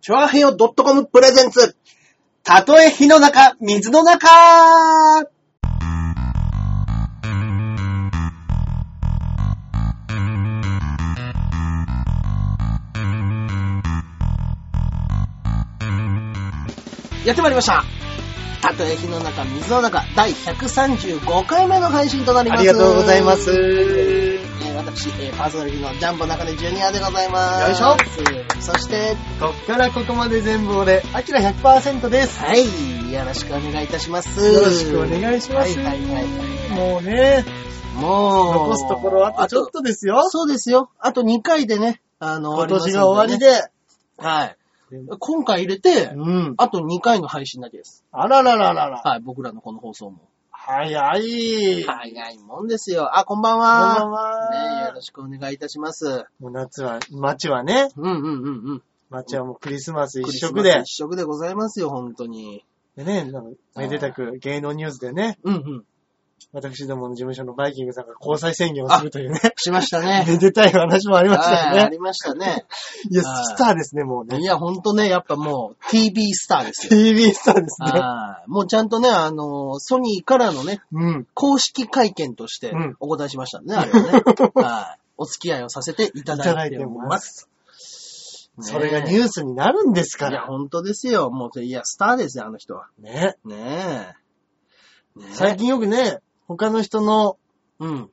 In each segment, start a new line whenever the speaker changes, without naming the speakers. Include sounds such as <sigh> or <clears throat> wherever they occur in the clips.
チョアヘヨ .com プレゼンツ。たとえ火の中、水の中やってまいりました。たとえ火の中、水の中、第135回目の配信となります。
ありがとうございま
え
す。
ー私、えーパーソナリティのジャンボ中根ジュニアでございます。
よいしょ
そして、
こっからここまで全部俺、アキラ100%です。
はい、よろしくお願いいたします。
よろしくお願いします。
はいはいはいはい
もうね、
もう、
残すところあとちょっとですよ
あと。。そうですよ。あと2回でね、あの、
今年
終
が
わ
終
り
わ
ま
り
すんね。
で。
はい。今回入れて、
うん。
あと2回の配信だけです。
あららららら。
はい、僕らのこの放送も。
早い。こん
早いもんですよ。あ、こんばんは。
ばん
ねよ
は
ろ。しくお願いいたします。
もう夏は、街はね、
うんうんうんうん。
街はもうクリスマス
ク
一
リス
色
マス
で。
一色でございますよ、本当に。
でね、なんかめでたく芸能ニュースでね、
うんうん。
私どもの事務所のバイキングさんが交際宣言をするというね、
しました
<laughs>
ね。
めでたい話もありましたよ
はい、あ
ね。
りましたね。
いや、
はい
スターですね、もうね
い。や、ほんとね、やっぱもう、TV スターですよ。
TV スターですね。
はい。もうちゃんとね、あの、ソニーからのね、
うん。
公式会見として
うん
お答えしましたね、あれ
<laughs>
はね。はい。お付き合いをさせていただいております。
それがニ
ュー
ュースになるんですか
いや、
ら。
ほんとですよ。もう、いや、スターですよ、あの人は。
ね。
ねえ。ねえ。
最近よくね、他の人の、
うん。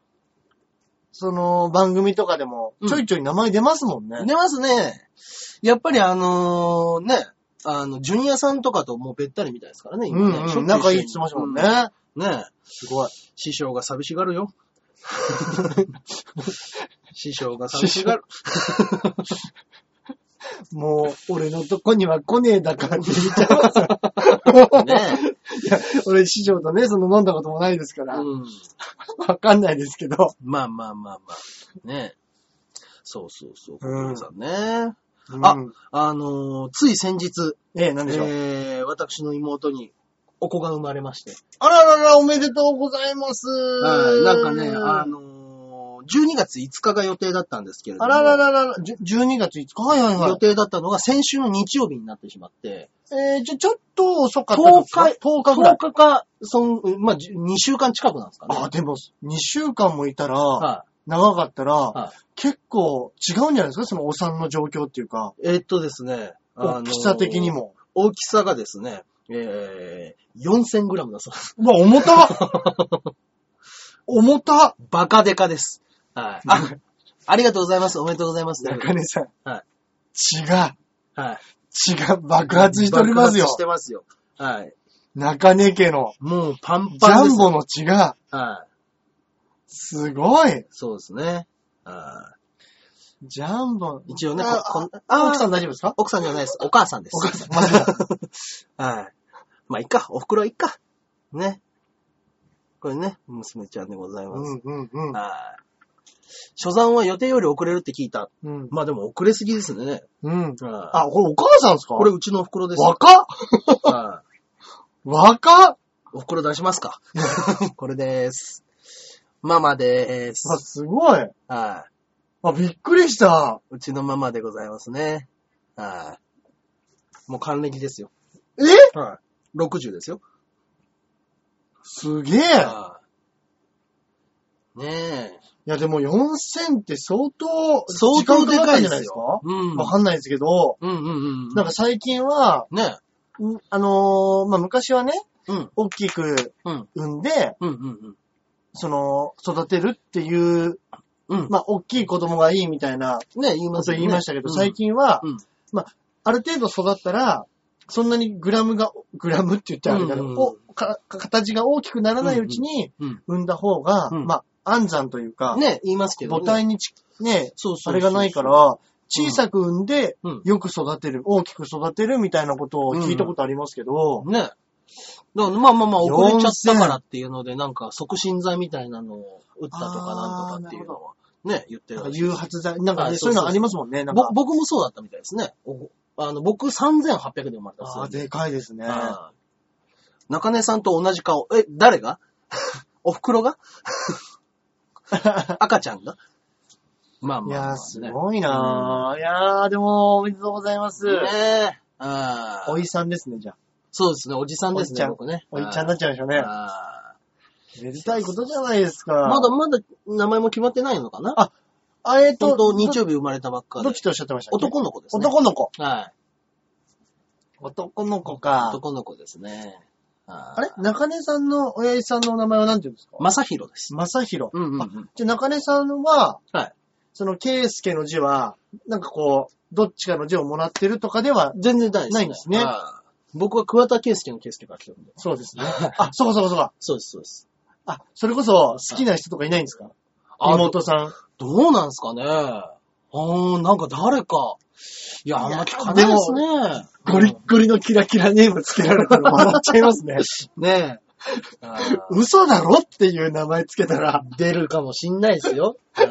その、番組とかでも
う、ん
ちょいちょい名前出ますもんね。
出ますね。やっぱりあのーね、あの、ジュニアさんとかともうべったりみたいですからね、
う
今ね。
んうん。仲いいって言ってましたもんね。。
ねえ。
すごい。
師匠が寂しがる
<laughs>
よ。師匠が寂しがる。
もう、俺のとこには来ねえだからって言っちゃいますよ
ね
<laughs> いや、
<laughs>
俺師匠とね、その飲んだこともないですから、
うん。
わかんないですけど。
まあまあまあまあ。ねそうそうそう。
う
小
ん
倉さんね。
うん
ああのーつい先日、
ええ、なんでしょう。
えー私の妹にお子が生まれまして。
あららら、おめでとうございます。
はい。なんかね、あのー12月5日が予定だったんですけれども。
あららららら、じゅ12月5日はいはいはい
予。定だったのが先週の日曜日になってしまって、
えー、じゃ、ちょっと遅かったですか
10
?10 日ぐら
10
い。
日か、その、まあ、2週間近くなんですかね。
あ、でも、2週間もいたら、
はい。
長かったら、
はい
結構違うんじゃないですかそのお産の状況っていうか、
えーっとですね、
大きさ的に
も。
も。
大きさがですね、えー、4000g だそうです。
うわ、重た重た
バカデカです。はい。あ、ありがとうございます。おめでとうございます。
中根さん。
はい
血が、
はい。
血が爆発しております
爆
よ
発し。てますよ。はい。
中根家の、
もうパン
ジ
パン
ャ
です。
ンボの血が、
はい。
すごい
そうですね。はい
ジャンボ。
一応ね、
あ
ここん
あ、奥さ
ん。
ん大丈夫ですか
奥さんじゃないです。お母さんです。
お母さん、まだ。
はい。まあ、いっか。お袋いっか。ね。これね、娘ちゃんでございま
う
す。
んうんうん。
はい。所産は予定より遅れるって聞いた。
うん。
まあでも遅れすぎですね。
うん。
はい
あ、これお母さんですか
これ、うちのお袋ですよ。
若っ
はい
若っ
お袋出しますかこれです。ママでー
あ、
す。
すごい。
は
あ、びっくりした。
い。うちのママでございますね。はい。もう還暦ですよ。
え
はい。60ですよ。
すげえ。
はい。ねえ。
いや、でも4000って相当、
相
時
当
間
でか
かかった
い
ん
で
じゃない
す
ですか
よ
わ。、
うん。
かんないですけど、
うんうんうん。
なんか最近は、
ね
うあのーまあ、昔はね、
え。うん。
大きく
うん。
産んで、
うんうん
その、育てるっていう、
うん。うん。
まあ、大きい子供がいいみたいな
ねえ、言い
こ
ます
と
よね
言いましたけど、最。近は、
うん
まあ、ある程度育ったら、そんなにグラムが、グラムって言ってあれだけど、
うんうん
おか形が大きくならないうちに
うんうん、
産んだ方が、
うん
まあ、安産というか、
うんねえ、言いますけど、
母体にち、ね、
そうそうそう
あれがないか、ら、小さく産んで
うん、
よく育てる、大きく育てるみたいなことを聞いたことありますけど、
ね。だからまあまあまあ、
4000
遅れちゃったからっていうので、なんか促進剤みたいなのを打ったとかなんとかっていうのは、ね、言って
な
る
んか誘発剤、なんか
あ
ね、
そ
そう
そう
ういうのありますもんね、なん
ぼ
か。
僕もそうだったみたいですね。おあの僕3800で生まれた
あ
そ
あ、
うで
でかいですね。
はい中根さんと同じ顔。え、誰が <laughs> お袋
<laughs>
が赤ちゃんがまあまあ、
い
まあ、
やー、すごいなーいやー、でも、おめでとうございます。
ねえ。ああ。
おいさんですね、じゃあ。
そうですね、おじさんです
おい
ね、
ちゃん
僕ね。
おいちゃんになっちゃいましたね。
あ
めでたいことじゃないですか。
あまだまだ名前も決まってないのかな
ああ、えっ
本当、
と、ど
日曜日生まれたばっか
どっ
で
ち。とおっしゃってましたっけ
男の子ですね。
男の子。
はい。
男の子か。
男の子ですね。あ
あれ中根さんの親父さんのお名前は何て言うんですか
まさひろです。
まさひろ。
うんうんうん。
じゃあ中根さんは、
はい。
その、ケイスケの字は、なんかこう、どっちかの字をもらってるとかでは、
全然大好き。
ないんですね
はい僕は桑田圭介の圭介から来てるんで。
そう <laughs> ですね。あ、そうかそうかそうか。
そうです、そうです。
あ、それこそ、好きな人とかいないんですか妹さん。
どうなんすかねあー、なんか誰か。いや、あんま聞かないですね。
ゴリッゴリのキラキラネームつけられたら笑っちゃいます <laughs> ね。
ねえ。あー
嘘だろっていう名前つけたら。
出るかもしんないですよ。あー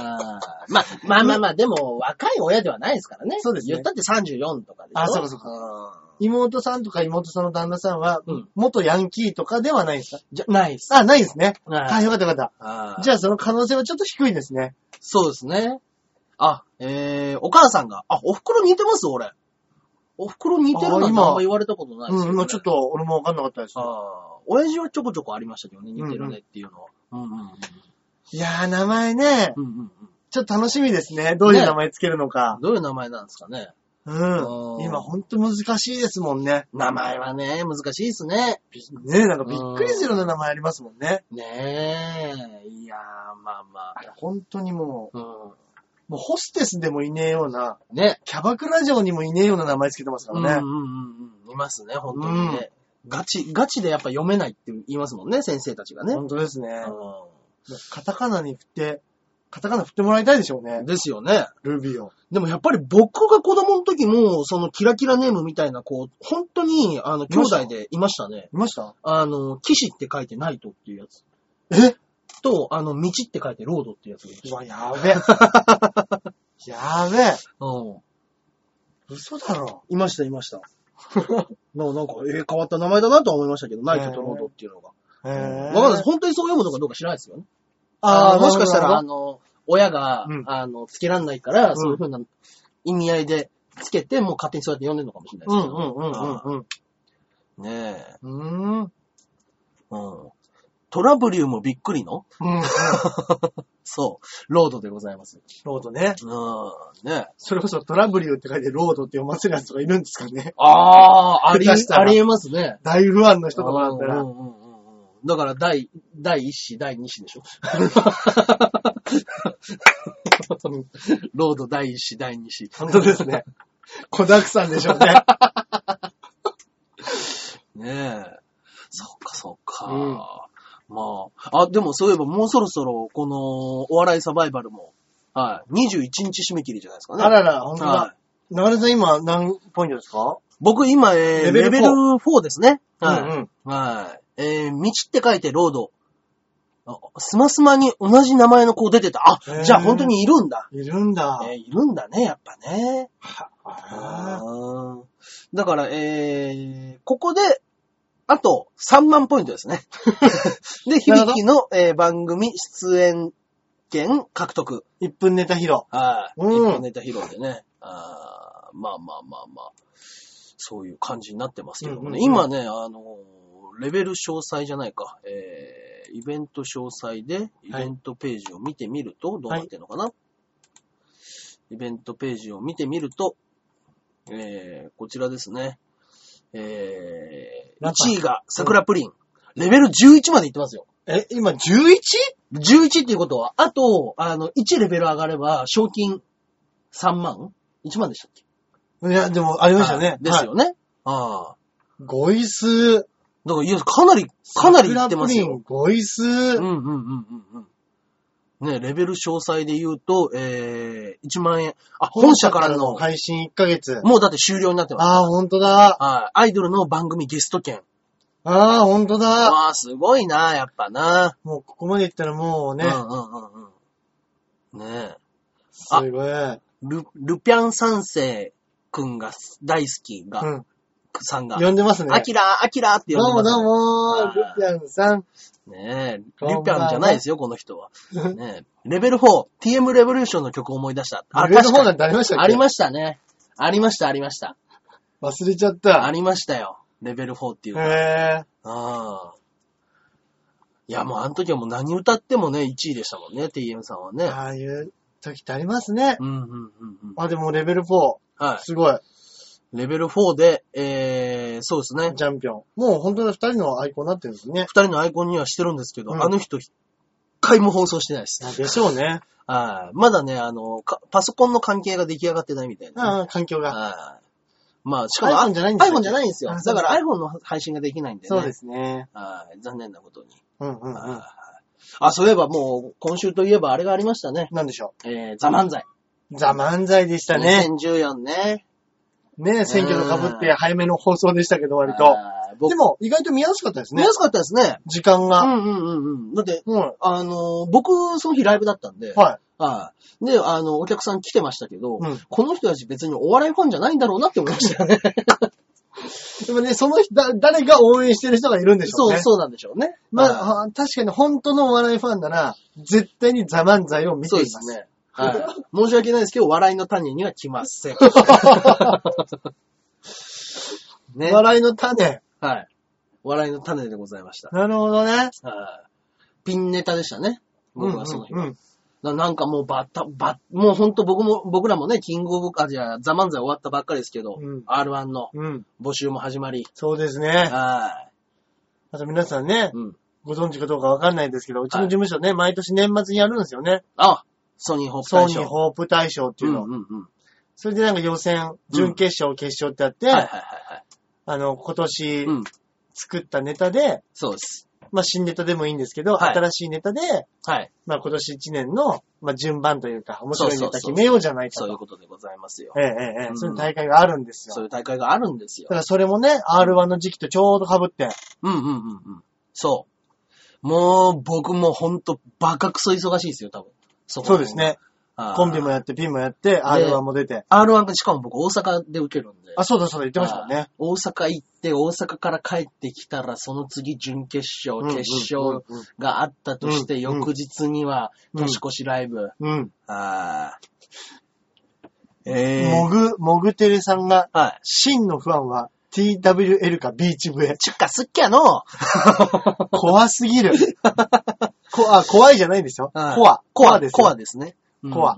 まあ、まあまあまあ、でも、若い親ではないですからね。
そうですね
言ったって34とかでしょ。
あそうかそうか
か。
妹さんとか妹さんの旦那さんは
うん、
元ヤンキーとかではないんですか
じゃ、ないっす。
あ、ないんですね。
はい
はい、よかったよかっ
あ
た。
ー
じゃあその可能性はちょっと低いですね。
そうですね。あ、えー、お母さんが、あ、お袋似てます俺。お袋似てるの
あー
に
今
あんま言われたことないです
う
け
ん、
ど、ね。
今ちょっと俺もわかんなかったです。
あー親父はちょこちょこありましたけどね、似てるねっていうのは。うんうんうん。
いやー、名前ね、
うんうん
ちょっと楽しみですね。どういう名前つけるのか
うん。。どういう名前なんですかね。
うん。今ほんと難しいですもんね。
名前はね、難しいですね。
ねえ、なんかびっくりするような名前ありますもんね。
ねえ。いやー、まあま
本当にも
あ。
う、もうホステスでもいねえような、
うん。ね。
キャバクラ嬢にもいねえような名前つけてますか
うんうん
らね。
うんうん。いますね、本当にね。ガチ、ガチでやっぱ読めないって言いますもんね、先生たちがね。
本当ですね。
う
カタカナに振って、カタカナ振ってもらいたいでしょうね
ん。。ですよね。
ルビーを。
でもやっぱり僕が子供の時も、そのキラキラネームみたいな子、本当に、あの、兄弟でいましたね。
いました
あの、騎士って書いてナイトっていうやつ。
え
と、あの、道って書いてロードっていうやつがいまし
う
た。<laughs>
わ、やべえ。やべえ。
うん。
嘘だろ。
いました、いました。ななんか、えー変わった名前だなとは思いましたけど、ナイトとロードっていうのが。
へ
わ、
え
かんないです。本当にそう読むのかどうか知らないですよね。
あ
あ
あ、
のもしかしたら、
な
あ
る
の、親が、
うん
あの、つけらんないから、
ん
そういうふうな意味合いでつけて、もう勝手にそうやって読んでるのかもしれないで
ほ
す
ど
けど。
なうんうんうん
ねえ。
うんうん。うーん。
うんトラブリューもびっくりの
うん。
そう。ロードでございます。
ロードね。
うん。ね。
それこそトラブリューって書いてロードって読ませるやつとかいるんですかね。
ああー、あり、
下手したら
ありえますね。
大不安の人とかだったら
う。んうんうんうんだから、第、第一子、第二子でしょロード第一子、第二子。
本当ですね。子沢山でしょうね。
ねえ。そっかそっか。
うん
まあ。あ、でもそういえばもうそろそろ、この、お笑いサバイバルも、はい。21日締め切りじゃないですかね。
あらら、本当
はい
だ。。中根さん今何ポイントですか
僕今、えー、レ
レ
ベ
ベ
ル
ル
4,
4
ですね。はい。
うんうん
はい。えー、道って書いてロード。あスマスマに同じ名前の子出てた。
へ
あ、
ー
じゃあ本当にいるんだ。
いるんだ。
えーいるんだね、やっぱね。
あー
うんだから、えー、ここで、あと3万ポイントです
<laughs>
ね。で、響きの、えー番組出演権獲得。
1分ネタ披露。
はい。
うん
一本ネタ披露でね。あーまあまあまあまあ。そういう感じになってますけどもね。
うんうんうん
今ね、あの、レベル詳細じゃないか。えー、イベント詳細で、イベントページを見てみると、どうなってんのかな、イベントページを見てみると、えー、こちらですね。えー、
なんか
1位が桜プリン。レベル11までいってますよ。
え、今 11?
11っていうことは、あと、あの、1レベル上がれば、賞金3万 ?1 万でしたっけ
いや、でもありましたね。
ですよね。ああ。
はい。ごいす。
だから、いや、かなり、かなりいってます
桜プリン
よ。
ごいす。
うんうんうんうんうん。ね、レベル詳細で言うと、えー、1万円。あ、本社からの、
配信1ヶ月。
もうだって終了になってます。
ああ、ほんとだ。
はい。アイドルの番組ゲスト券。
ああ、ほんとだ。
わあ、すごいな、やっぱな。
もうここまで行ったらもう
う
ね
ん、うんうんうん。ねえ。
すごい。うん。
ル、ルピャン三世くんが大好きが、さんが、
呼んでますね。
アキラ、アキラって呼
どうん
で
も
ますね。
どうもー、ル
あー
ピアンさん。
ねえ、リ
こんば
ュ
んは
ピャンじゃないですよ、この人は。ねえ、レベル4、TM レボリューションの曲を思い出した。
レベル4な
確
んてありました
かに
っけ
ありましたね。ありました、ありました。
忘れちゃっ
あ
た。
りましたよ。レベル4っていうか。
へえ。
ああ。いや、もうあの時はもう何歌ってもね、1位でしたもんね、TM さんはね。
ああいう時ってありますね。
うんうんうんうん。
あ、でもレベル4。
は
すごい。
い。レベル4で、えー、そうですね。
チャンピオン。もう本当に二人のアイコンになってるんですね
二。人のアイコンにはしてるんですけど、
うん
あの人、一回も放送してないです。
でしょうね。
はい。まだね、あの、かパソコンの関係が出来上がってないみたいなね。
ああ、環境が。
はい。まあ、しかも、
iPhone じゃないんですよ
iPhone じゃないんですよ。
あ
だ
そう
か
から
iPhone の配信ができないんでね。
そうで。すね。
はい。残念なことに。
うんうんうん。
あ、そういえばもう、今週といえばあれがありましたね。
なんでしょ
えー、ザ・漫才。
う。ザ漫才でしたね。
2014ね。
ね選挙と被って早めの放送でしたけど、割と。
あー
で
僕、
も、意外と見やすかったです
見
ね
や。すかったですね。
時間
う
が。
んうんうんうん。だって、
うん。は
あのー、僕、その日ライブだったんで、
い。は
はい。で、あの、お客さん来てましたけど、
うん
この人たち別にお笑いファンじゃないんだろうなって思いましたよね。
い。でもね、その人、だ誰が応援してる人がいるんでしょ
そ
うね。
う、そうなんでしょうね。
ま
はい
あ、は確かに本当のお笑いファンなら、絶対にザ漫才を見て
そ
いうま。
ですすね。はい。申し訳ないですけど、笑いの種には来ま
<laughs>
せん。ね。
笑いの種。
はい。笑いの種でございました。
なるほどね。
はい。ピンネタでしたね。僕はその日は。
うんうんうん
ななんかもうバッタ、バッ、もうほんと僕も、僕らもね、キングオブ、あ、じゃあ、ザ・漫才終わったばっかりですけど、
うん
R1 の
うん。
募集も始まり、
そうですね。
は
あと皆さんね
い。、うん。
ご存知かどうかわかんないですけど、うちの事務所ね、毎年年末にやるんですよね。
あ、ソニー・ホープ
ソ
大
ニー
賞。
ホープ大賞っていうの。
うんうんうん。
それでなんか予選、準決勝、決勝ってあって、
はいはいはい
あの、今年
はい。うん。
作ったネタで、
そうです。
まあ新ネタでもいいんですけど、
はい
新しいネタで、
はい。
まあ今年1年の、まあ順番というか、面白いネ
そうそ
タ
うそう
決めようじゃないか
そういう
と。
ことでございますよ。
ええええええ
うん
そういう大会があるんですよ。
そういう大会があるんです
だ
よ
か。らそれもね、R1 の時期とちょうど被って、
うんうんうんうん。そう。もう、僕もほんと、バカクソ忙しいですよ、多分。そこ
そうです。ね。
はい
コンビもやって、ピンもやって、R1 も出て。
R1 がしかも僕大阪で受けるんで。
あ、そうだそうだ、言ってましたもんね。
大阪行って、大阪から帰ってきたら、その次準決勝、決勝
うんうんうん
があったとして、
うん
翌日には
うん
年越しライブ。
うん。
あーえー、
もぐ、もぐてるさんが、
はい。
真のファンは TWL かビーチ部へ。
ちゅっかすっきゃの、
怖
<laughs>
すぎる。こあ怖いじゃないですよ。コ
はい
ア。。
コアですす。コア。ですね。うん
コア。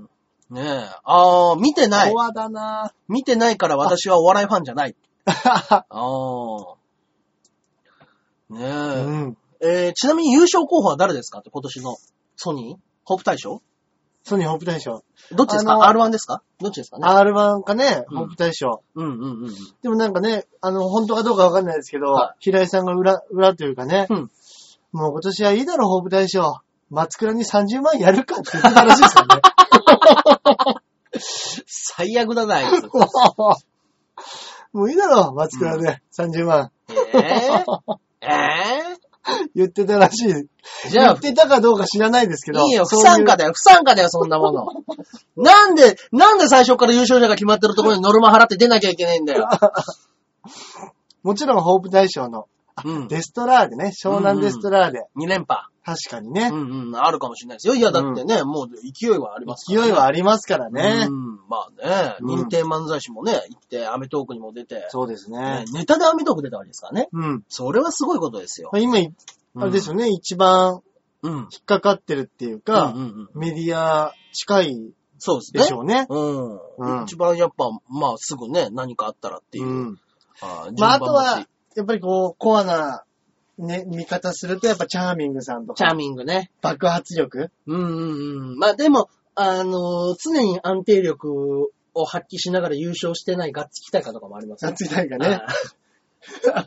ねえ。あー、見てない。
コアだな
見てないから私はお笑いファンじゃ <laughs> ない。
ぁ
あー。ねえ。
うん。
えー、ちなみに優勝候補は誰ですかって今年のソニーホープ大賞
ソニーホープ大賞。
どっちですか
あ
?R1 ですかどっちですかね
R1 かね、
うん
ホープ大賞。
うんうんうんうん。
でもなんかね、あの、本当かどうかわかんないですけど、
は
平井さんが裏、裏というかね、
うん
もう今年はいいだろ、ホープ大賞。松倉に30万やるかって言ってたらしいです
<laughs>
からね。
<laughs>
<laughs>
最悪だな、あい <laughs> つ。
もういいだろ、松倉で30万。
えー、え
言ってたらしい。
ー、じ
言
ゃあ
っ、てたかどうか知らないですけど。
いいよ、
そ
不
うい
参
う
加だよ、不参加だよ、そんなも
<laughs>
の。なんで、なんで最初から優勝者が決まってるところにノルマ払って出なきゃいけないんだ
<laughs>
よ。
もちろん、ホープ大賞の、
うん。
デストラーデね、湘南デストラーデ。
2連覇。
確かにね、
うんうん、あるかもしれないですよ。いや、だってね、もう勢いはありますから、
勢いはありますからね。
うん、まあね、
うん
認定漫才師もね、行って、アメトークにも出て、
そうです
ね
ね。
ネタでアメトーク出たわけですからね。
うん。
それはすごいことですよ。
今、あれですよね、一番
うん。
引っかかってるっていう
うん
か、
うんうん、
メディア近い
そうですね。
でしょうね。
うん。
うん
一番やっぱ、まあすぐね、何かあったらっていうう。
ん。
あー
まあ、あ
順
と
番待ち
は、やっぱりこう、コアな、ね、見方すると、やっぱチャーミングさんと
チャー
か、
ミングね。
爆発力
うんうんうん。まあでも、あのー常に安定力を発揮しながら優勝してないガッツ期待感とかもあります
が
よ
っつりたいかね。。
あ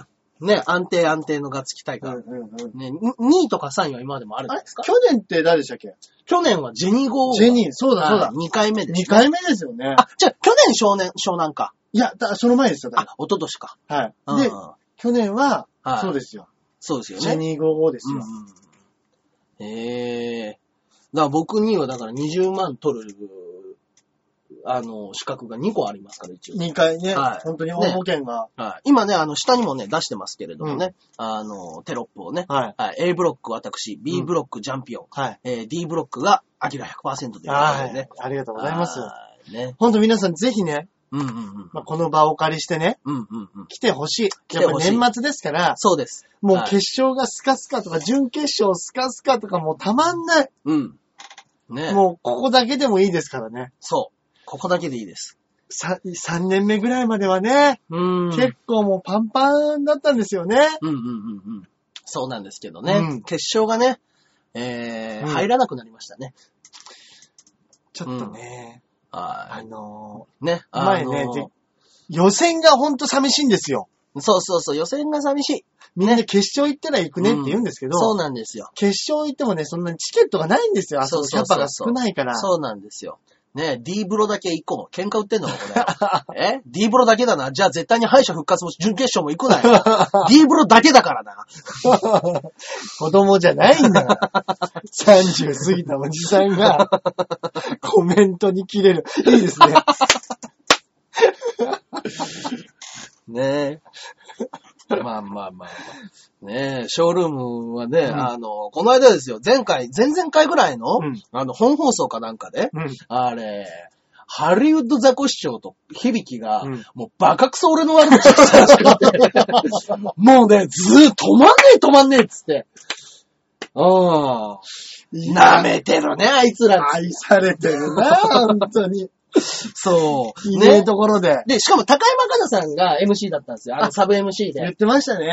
ー <laughs> ね、安定安定のガッツ期待
う
感。
んうんうん。
ね、2位とか3位は今までもあるん
あれ
ですか
去年って誰でしたっけ
去年はジェニーゴー。
ジェニー、そうだそうだ。
2回目です。
2回目ですよね。
あ、じゃあ去年少年、湘南か。
いや、だその前ですよ、だ
あ
か、
一昨年か。
ら
うん
はい。で、去年は、
はい
そうですよ。
そうですよね。
ジェニー55です
う
よ。
んうん、ええだから僕にはだから20万取る、あの、資格が2個ありますから、一応。
2回ね、
はい
本当に大保険が、
はい、今ね、あの、下にもね、出してますけれどもね、あの、テロップをね、
はい。
はい、A ブロック私、B ブロックジャンピオン、
はい。
えー D ブロックがアキラ100%ということ
は
でね
い。。ありがとうございます。
はいね。
本当皆さんぜひね、
うんうんうん。
まあ、この場をお借りしてね、
うんうんうん。
来てほしい。
来
やってぱ
ほしい
年末ですから、
そうです。
もう
はい
決勝がスカスカとか、準決勝スカスカとか、もうたまんない。
うん。ね
もうここだけでもいいですからね。
そう。ここだけでいいです。
さ3年目ぐらいまではね、
うん
結構もうパンパンだったんですよね。
うんうんうんうん。そうなんですけどね。
うん
決勝がね、えー
うん
入らなくなりましたね。
ちょっとね、
は
あの
い。ね。
前ね
あのー
ぜー予選がほんと寂しいんですよ。
そうそうそう。予選が寂しい。
みんな決勝行ったら行くねって言うんですけど、
そうなんですよ。
決勝行ってもね、そんなにチケットがないんですよ。あそこキ
そうそう
ャ
そ
パ
う
が少ないから。
そうなんですよ。ね D ブロだけ行こう。喧嘩売ってんのか、これ。 <laughs> え ?D ブロだけだな。じゃあ絶対に敗者復活も準決勝も行くなよ。D
<laughs>
ブロだけだからな。
子供じゃないんだ <laughs> から。30過ぎたおじさん <laughs> が、コメントに切れる。いいですね。
ねえ。まあまあまあまあ。ねえ、ショールームはね、
ん
あの、この間ですよ、前回、前々回ぐらいの、
うん
あの、本放送かなんかで、
うん
あれ、ハリウッドザコシショウと響が、
うん
もうバカクソ俺の悪口をしたらし
<laughs>
くて、もうね、ずーっと止まんねえ止まんねえっつって。うん。
い
舐めてるね、あいつら。
愛されてるな、本当に。
そう。
いねえ
ね。
ところで。
で、しかも高山かなさんが MC だったんですよ。あの、サブ MC で。
言ってましたね。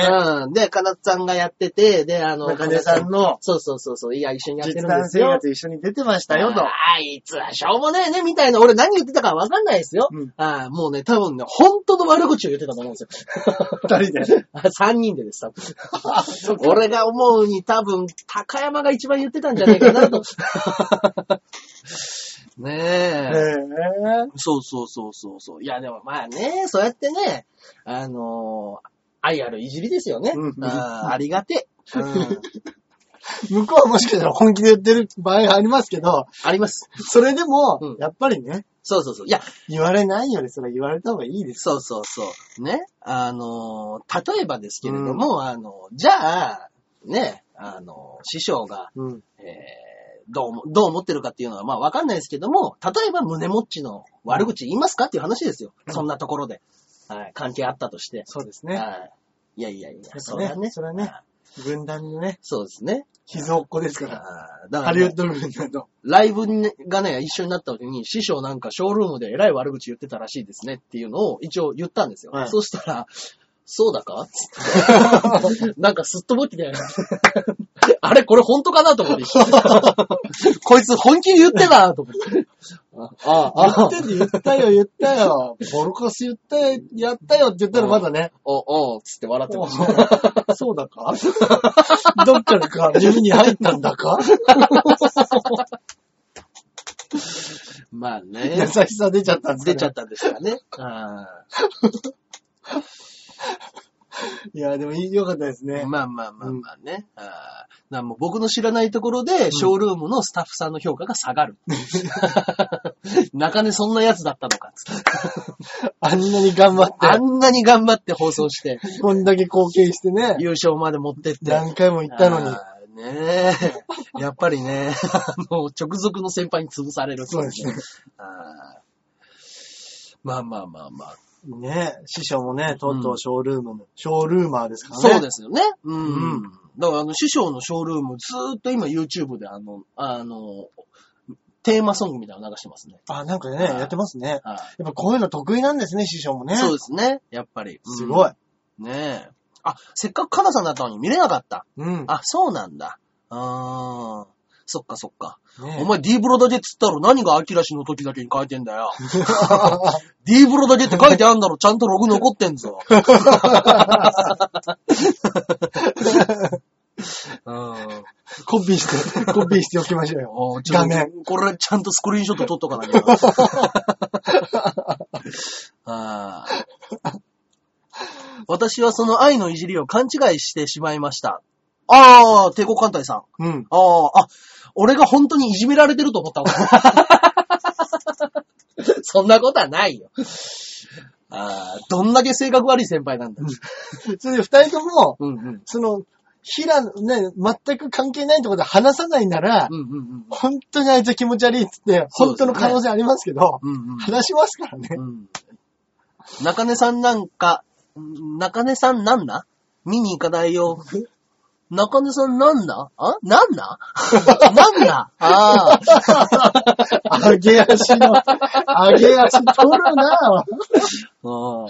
うん。で、かなつさんがやってて、で、あの、
中根さんの
そうそうそうそう、いや、一緒にやって
実
るんで
弾
す
生
よ。
活一緒に出てましたよと。
あいつはしょうもねえね、みたいな。俺何言ってたかわかんないですよ。
うん
あもうね、多分ね、本当の悪口を言ってたと思うんですよ。
<laughs> <laughs> 二人で。
あ三人でです、多分。俺が思うに多分、高山が一番言ってたんじゃないか
<laughs>
なと。ねえ。
へ
そうそうそうそうそう。いや、でもまあね、そうやってね、あのー愛あるいじりですよね。
うん
あーありがてえ。うん
え向こうはもしかしたら本気で言ってる場合がありますけど、
あります。
それでも
うん、
やっぱりね、
そうそうそう。いや、
言われないよりそれは言われた方がいいです。
そうそうそう。ね。あのー、例えばですけれども、あの、じゃあ、ね、あの、師匠が、
うん。
えーどうも、どう思ってるかっていうのは、まあ、わかんないですけども、例えば、胸もっちの悪口言いますかっていう話ですよ。そんなところで。はい。関係あったとして。
そうですね。
はい。いやいやいや、そ
そ
れ
れ
は
は
ね
ね、。それはね、軍団のね、
そうですね。
膝っこですから。
あーだか
ハ
ら
リウ
ね
ッ、ド軍団の。
ライブがね、一緒になった時に、師匠なんかショールームでえらい悪口言ってたらしいですねっていうのを一応言ったんですよ。
はい
そうしたら、そうだかつ
<laughs>
ってなんかすっとぼってて、 <laughs> あれこれ本当かなと思っ
<laughs>
て。こいつ本気で言ってたなと思って。ああ、あ
言
あ
っ、てんで言ったよ、言ったよ。ボロカス言ったよ、やったよって言ったらまだね。
お、お、つって笑ってました。
<laughs> そうだか <laughs> どっからか耳に入ったんだか
まあ
優
ね。
しさ出ちゃったんですかね
出ちゃったんですからね。あ
いや、でもいいよかったです
ー
ね。
まあまあまあまあね。あーだからもう僕の知らないところで、ショールームのスタッフさんの評価が下がる。
<laughs>
中根そんな奴だったのかっつって。
あんなに頑張っ
あ
て、
んなに頑張って放送
<laughs>
して、
こんだけ貢献してね、
優勝まで持ってって。
何回も行ったのに。
あーねえ。やっぱりね、 <laughs> あの、直属の先輩に潰される。
そうですね。
あーまあまあまあまあ。
ね、師匠もね、とうとうショールームの、ショールーマーですからね。
そうですよね。うん。
うん
だから、あの、師匠のショールーム、ずーっと今 YouTube で、あの、あの、テーマソングみたいなの流してますね。
あ、なんかね、やってますね。
はい
やっぱこういうの得意なんですね、師匠もね。
そうですね。やっぱり。うん
すごい。。
ねえ。あ、せっかくカナさんだったのに見れなかった。
うん。
あ、そうなんだ。うーん。そっかそっか。
ね
お前 D ブロだけっつったろ何がアキラ氏の時だけに書いてんだ
<laughs>
よ。D ブロだけって書いてあんだろちゃんとログ残ってん
<laughs>
ぞ。うん。
コピーして、 <laughs> コピーしておきましょうよ。
おー
画面。
これちゃんとスクリーンショット撮っとかなきゃ。 <laughs> あー私はその愛のいじりを勘違いしてしまいました。ああ、帝国艦隊さん。
うん。
ああ、あ、俺が本当にいじめられてると思ったわ。 <laughs> そんなことはないよ。ああ、どんだけ性格悪い先輩なんだ。
それで二人とも、
うんうん。
その、平野、ね、全く関係ないところで話さないなら、
うんうんうん。
本当にあいつ気持ち悪いっつって、
そう
本
です
当
ね
の可能性ありますけど、
うんうん。
話しますからね。
うん中根さんなんか、ん中根さんなんだ見に行かないよ。中根さんなんだあなん <laughs> だなんだああ。
上げ足 <laughs> の、上げ足取
<laughs>
るなぁ。
うん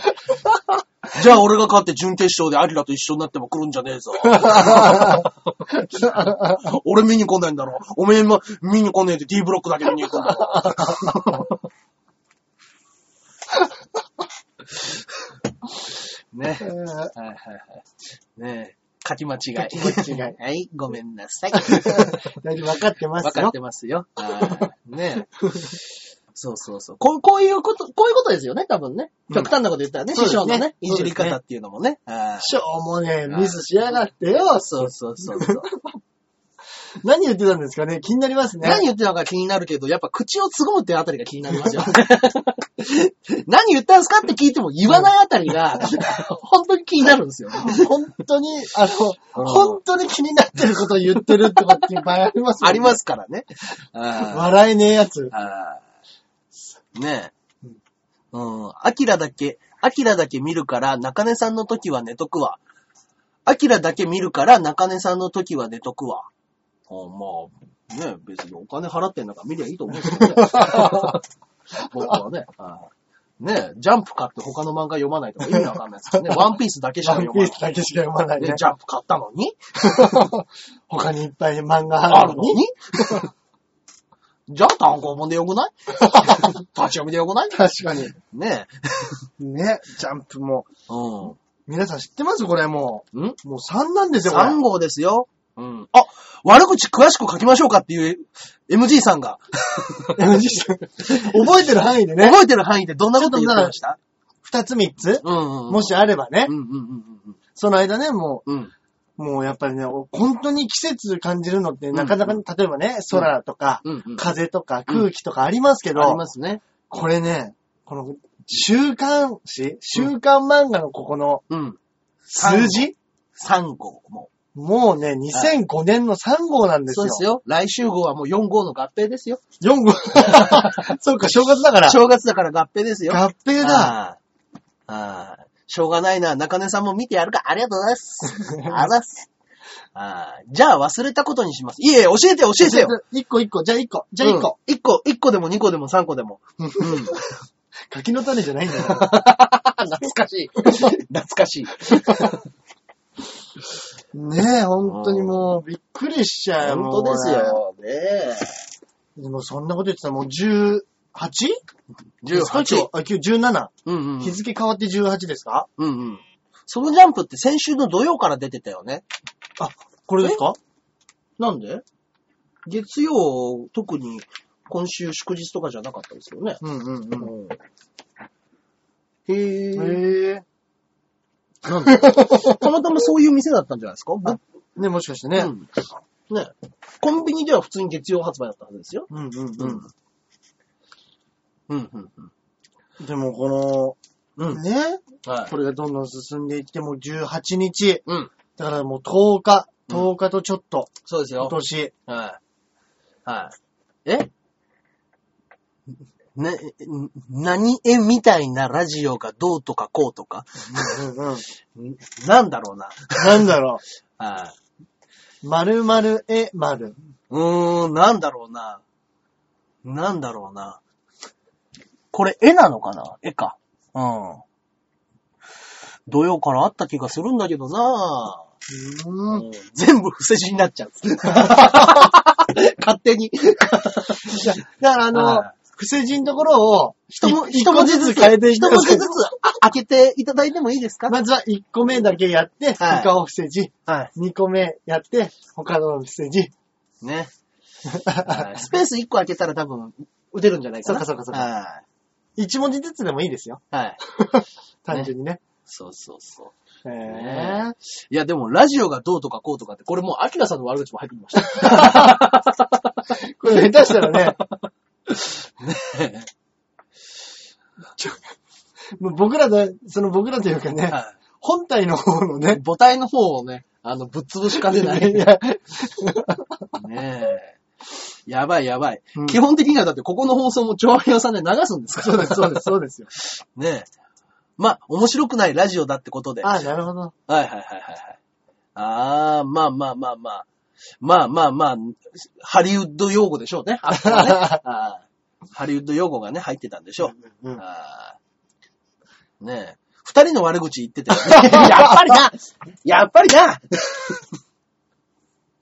じゃあ俺が勝って準決勝でアキラと一緒になっても来るんじゃねえぞ。俺見に来ないんだろ。おめえも見に来ねえで D ブロックだけ見に行くんだろ。 <laughs> ね。
えー
はいはいはい。ねえ、書き間違い。
書き間違い
はい、ごめんなさい。
大丈夫、分かってま
わ
す
かっ
よ。
てますよ。はいねえ。そうそうそう。こう、こういうこと、こういうことですよね、多分ね。極端なこと言ったらね、
うん
師匠の
そうです
ね
ね、
いじり方っていうのもね。はい
しょうもねえ、ミスしやがってよ。
そうそうそうそう。
何言ってたんですかね気になります
<laughs>
ね。
何言ってたのか気になるけど、やっぱ口をつぐむってあたりが気になりますよ。 <laughs> 何言ったんすかって聞いても言わないあたり <laughs> が、本当に気になるんですよね。
本当に、あ
う
の、
ん
本当に気になってることを言ってるとかっていう場合ありますよ
あ
ね
りますからね。あ
笑えねえやつ。
ーあーねえ。うん。アキラだけ、アキラだけ見るから、中根さんの時は寝とくわ。アキラだけ見るから、中根さんの時は寝とくわ。あーまあ、ねえ、別にお金払ってんだから見りゃいいと思うんです
<laughs>
けどね。僕はね。はいねえ、ジャンプ買って他の漫画読まないとか意味わかんないです
<laughs>
からね。ワンピースだけしか
ワン
読
ピ
ま
ー
ない。
スだけしか読まないね
ね、。ジャンプ買ったのに
他にいっぱい漫画
あ
あ
る
る
の
のに。 <laughs>
にじゃあ単行本でよく
<laughs>
ない立ち読みでよくない
確かに。
ねえ。
ね、ジャンプも。
うん。
皆さん知ってますこれも
ん
う。もう3なんですよ、これ
?3 号ですよ。うん。あ、悪口詳しく書きましょうかっていう MG さんが、
MG さん <laughs> 覚えてる範囲でね。
覚えてる範囲でどんなこと言ってました
2つ3つ
うんうんうん。
もしあればね
う。んうんうん
その間ね、も
うんうん。うん。
う、もうやっぱりね、本当に季節感じるのって、なかなかね、例えばね、空とか、
うんうん。
風とか空気とかありますけ
あり
ど
ま、すね。
これね、この、週刊誌週刊漫画のここの
うん。
数字
3号も。
もうね、2005年の3号なんです
そうで。
よ
すよ。来週号はもう4号の合併ですよ。
4号。 <laughs> そうか、正月だから。
正月だから合併ですよ。
合併だ。
ああああしょうがないな。中根さんも見てやるか。ありがとうござい <laughs> ます。あざっす。ああじゃあ忘れたことにします。いえいえ、教えて教えてよ。
1個1個、じゃあ1個、じゃあ1個。。
うん、1個、1個でも2個でも3個でも。 <laughs> うん。
柿の種じゃないんだよ。
懐かしい。懐かしい。
ねえ、本当にもう、びっくりしちゃう。
本当ですよ。ね
もう。でもそんなこと言ってたらもう 18?
え。18。
あ、今日17。
うんうん。
日付変わって18ですか
うんうん。そのジャンプって先週の土曜から出てたよね。
これですか
なんで月曜、特に今週祝日とかじゃなかったですよね。
うんうんうん。
へえ。
へえ。
なんでたまたまそういう店だったんじゃないですか
あね、もしかして
ね
ね。
ね。コンビニでは普通に月曜発売だったはずですよ。
うんうんうん。
うん、うん、
でもこ
う
の、
ん。
ね、
はい
こ。れがどんどん進んでいって、もう18日、
うん。
だからもう10日、
うん
10日とちょっと、
そうです
今
よ。
年。
はい。はい。 <laughs> えな、ん何絵みたいなラジオがどうとかこうとか、
うんうん。
んなんだろうな。
<laughs> なんだろ
は
う、〇〇え〇。
い。うーん、なんだろうな。なんだろうな。これ絵なのかな絵か。うん。土曜からあった気がするんだけどな
うーん。
全部伏せ字になっち <laughs> ゃう。勝手に。
じゃだからあの、
はい
伏せ字のところを、
一文
一
一文字ずつ
変えていって
一文字ずつあ開けていただいてもいいですか
まずは1個目だけやって、
はい
他を伏せ字。
は
2個目やって、他の伏せ字。
い。ね。はい <laughs> スペース1個開けたら多分、打てるんじゃないかな。
そうかそうかそう
は
1文字ずつでもいいですよ。
い。はい。
単純にね。
そうそうそう。
へ
ね
え。
いや、でも、ラジオがどうとかこうとかって、これもう、アキラさんの悪口も入ってきました。
これ下手したら <laughs> ね、
<laughs>
もう僕らの、その僕らというかね、
は
本体の方の
い
ね、
母体の方をね、あの、ぶっ潰しかねない。
い
ね
や
え。 <laughs> やばいやばい。
うん
基本的にはだって、ここの放送も調和屋さんで流すんですか
そうです、そうです、そうですよ。
ねえ。まあ、面白くないラジオだってことで。
<laughs> ああ、なるほど。
はいはいはいはいはい。ああ、まあまあまあまあ。まあまあまあ、ハリウッド用語でしょうね。あ <laughs> とはねあーハリウッド用語がね、入ってたんでしょう。
うん。
あーねえ。二人の悪口言ってたよね <laughs> やっぱりなやっぱりな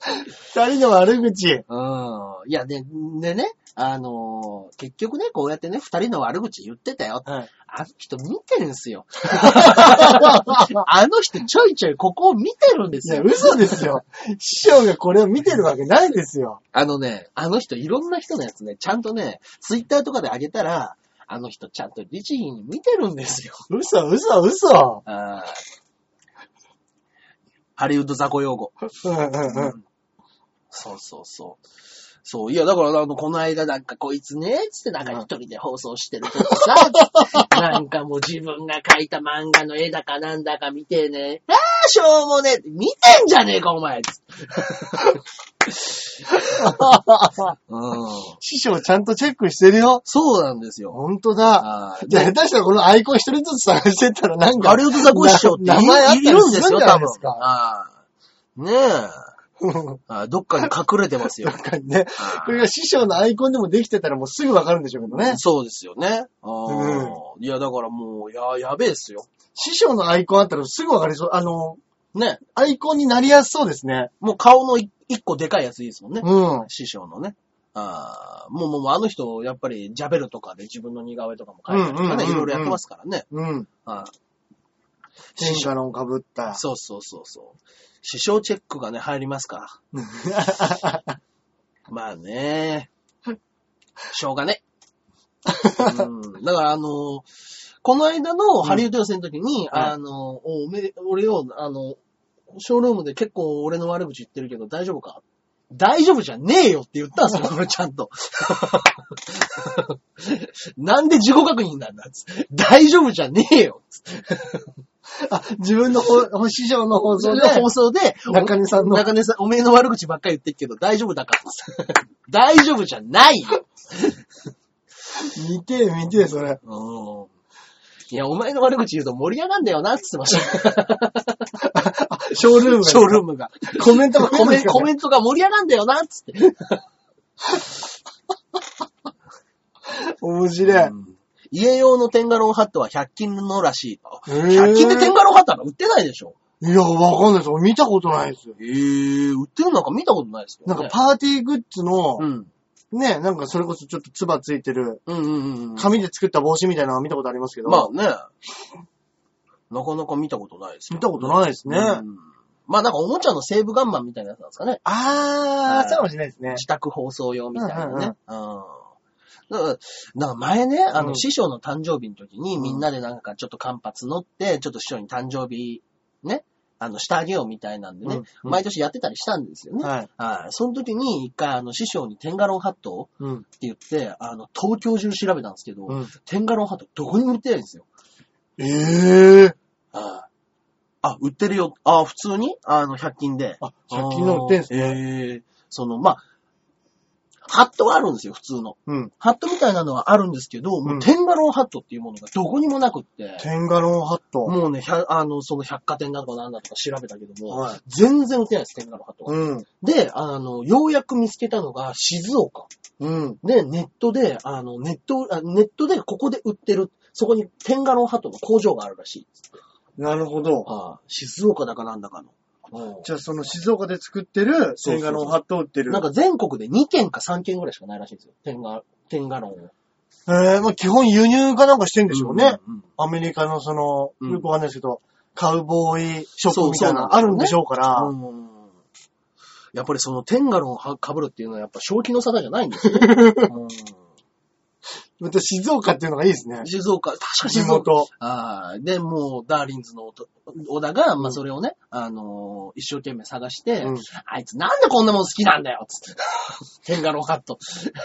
二人の悪口。
うん。いや、で、でね、あのー結局ね、こうやってね、二人の悪口言ってたよ。
はい。
あの人見てるんすよ。あの人ちょいちょいここを見てるんで
<laughs> い
す
や、
よ。
嘘ですよ。師匠がこれを見てるわけないですよ。
あのね、あの人いろんな人のやつね、ちゃんとね、ツイッターとかで上げたら、あの人ちゃんと律儀に見てるんですよ。
嘘、嘘、嘘。
あーハリウッド雑魚用語。
うんうんうん。
そうそうそう。そう、いや、だから、あの、この間なんか、こいつね、つってなんか
うん
一人で放送してる時さ、つってなんかもう自分が描いた漫画の絵だかなんだか見てね、あー、しょうもねえ、見てんじゃねえか、お前つってうん。
師匠ちゃんとチェックしてるよ。
そうなんですよ。
ほんとだ。
あー
じゃあ
で
下手したらこのアイコン一人ずつ探してったらなんか。
ハリウッドザコシショウってい
な名前あった
い
り
るんです
する
よ、
んじゃな
多
いで
分
す。か
あーねえ
うん
あー。どっかに隠れてますよ
<laughs> なん。かね。
あー
これが師匠のアイコンでもできてたらもうすぐわかるんでしょうけどね。
そうですよね。あーいや、だからもう、いや、やべえっすよ。
師匠のアイコンあったらすぐわかりそう。あの、
ね。
アイコンになりやすそうですね。
もう顔のい一個でかいやついいですもんね。
うん。
師匠のね。ああ、もうもうもうあの人、やっぱりジャベルとかで自分の似顔絵とかも描いたりと
うんう
か
んうんう
ね、
ん
いろいろやってますからね。
うん。
あー師
天
匠
下の被った。
そうそうそうそう。師匠チェックがね、入りますから。まあね。しょうがね。うん、だから、あのーこの間のハリウッド予選の時に、
はい
あのーおめ俺を、あのショールームで結構俺の悪口言ってるけど大丈夫か大丈夫じゃねえよって言ったんですよ、これちゃんと。 <laughs> なんで自己確認なんだっつって大丈夫じゃねえよ
あ、自分のほ師匠の放
そ
送
れ
で
で、放送で、
中根さんの。
中根さん、おめえの悪口ばっかり言ってるけど大丈夫だから。 <laughs> 大丈夫じゃないよ。
見て、見て、
<laughs>
それ。
うんいや、お前の悪口言うと盛り上がんだよなって言って
<laughs>
ました。
ショールーム。
ショールームが。
コメントも
コメコ
ン
メントが盛り上がんだよなって言って。
ト。面白い。
うん家用のテンガロンハットは100均のらしい。
へ
100均でテンガロンハットなんか売ってないでしょ
いや、わかんないです。俺見たことないですよ。
ええ売ってるのなんか見たことないですけ
な
ど、
ん
ね。
かパーティーグッズの、
うん。
ね、なんかそれこそちょっとツバついてる、
うんうんうんうん。
紙で作った帽子みたいなのは見たことありますけど、
まあね。なかなか見たことないですけ
見
ど
たことないですね。
うんまあなんかおもちゃのセーブガンマンみたいなやつなんですかね。
あ
はい
ー、そうかもしれないですね。
自宅放送用みたいなね。うん。だから、なんか前ね、あ
う
の、
ん
師匠の誕生日の時に、
うん
みんなでなんかちょっと間髪乗って、ちょっと師匠に誕生日、ね、あの、してあげようみたいなんでね、
うん
毎年やってたりしたんですよね。
はい。
はい。その時に、一回あの、師匠にテンガロンハットを
うん。
って言って、あの、東京中調べたんですけど、
うん
テンガロンハットどこにも売ってないんですよ。
ええー。
ああ、売ってるよ。ああ、普通にあの、100均で。
あ、100均の売ってんすね。
ね。ええその、まあ、ハットがあるんですよ、普通の。
うん。
ハットみたいなのはあるんですけど、もううんテンガロンハットっていうものがどこにもなくって、
テンガロンハット。
もうね、ひゃあの、その百貨店だとかなんだとか調べたけども、
はい
全然売ってないです、テンガロンハットが。
うん。
で、あの、ようやく見つけたのが静岡。
うん。
で、ネットで、あの、ネット、あネットでここで売ってる、そこにテンガロンハットの工場があるらしい。
なるほど。
ああ静岡だかなんだかの。うん
じゃあその静岡で作ってる
そうそうそう
テンガロンハットを売ってる。
なんか全国で2軒か3軒ぐらいしかないらしいんですよ。テンガ、テンガロンを。
ええまあ基本輸入かなんかしてんでしょうね。
うんうんうん
アメリカのその、
うん
よくわかんないですけど、カウボーイショッ
そう
プみたいな
そう
のあるんでしょうから、
うんやっぱりそのテンガロンをは被るっていうのはやっぱ正気の沙汰じゃないん <laughs> ですよ。う
また静岡っていうのがいいですね
ん。静岡、確か
地
静岡。
元。
ああ、で、もう、ダーリンズのおと小田が、まあ、それをね、あのー一生懸命探して、
うん
あいつなんでこんなもん好きなんだよつって。テン <laughs> ガロンハット。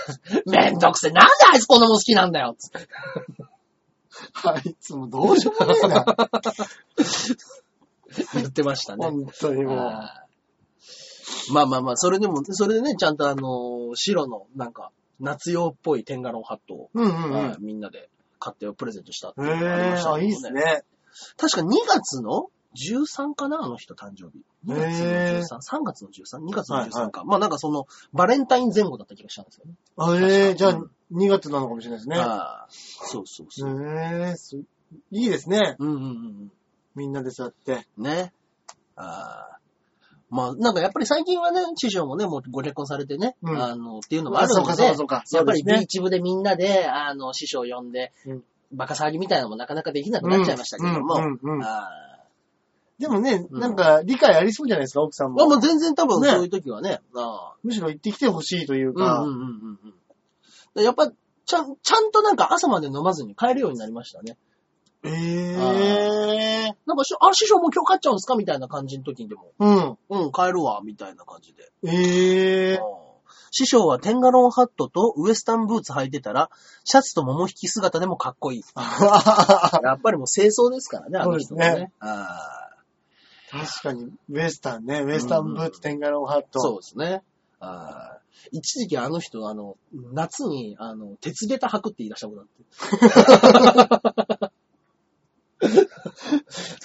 <laughs> めんどくせえ。なんであいつこんなもん好きなんだよつって。
あいつもどうしようもねえな。
言ってましたね。
<laughs> 本当にも
あーまあまあまあ、それでも、それでね、ちゃんとあのー白の、なんか、夏用っぽいテンガロンハットを、
う。うんうんう
はい
ん。
みんなで買ったよ、プレゼントしたって
へ
いうのがありまし
え、
た
あ、
けど
いいっす。ね。
確か2月の13かなあの人誕生日。2月の
へー
13、3月の13、2月の
はいは
13か。まあなんかその、バレンタイン前後だった気がしたんですよね。
あええ、じゃあ
うん、
2月なのかもしれないですね。
ああそうそうそう。
へえ、すいいですね。
うんうんうん
みんなで座って。
うん。ね。ああ。まあなんかやっぱり最近はね、師匠もね、もうご結婚されてね、
うん
あの、っていうのもあ
あ、
る
そう
の
か、
で、
そうか、そ
や
うか。
っぱり
そう
ビ
で
ーチ部でみんなで、あの、師匠呼んで、
うん
バカ騒ぎみたいなのもなかなかできな
す
く
ね
なっちゃいましたけども、
うんうんうん
ああ
でもね、
うん
なんか理解ありそうじゃないですか、奥さん
まあも
も。
う全然多分
ね
そういう時はね、ああ
むしろ行ってきてほしいという
うんうん
か。
うんうんうん。やっぱ、ちゃん、ちゃんとなんか朝まで飲まずに帰るようになりましたね。
ええ。
なんかし、あ、師匠もう今日帰っちゃうんですかみたいな感じの時にでも、
うん。
うん、帰るわ、みたいな感じで。
ええ
う。ん師匠はテンガロンハットとウエスタンブーツ履いてたら、シャツと桃引き姿でもかっこいい。 <laughs> やっぱりもう清掃ですからね、あの人も
そうです
ね
ね。
あー
確かに、ウエスタンね。ウエスタンブーツ、テンガロンハット。
そうですね。あー一時期あの人、あの、夏に、あの、鉄下駄履くって言い出したことあって。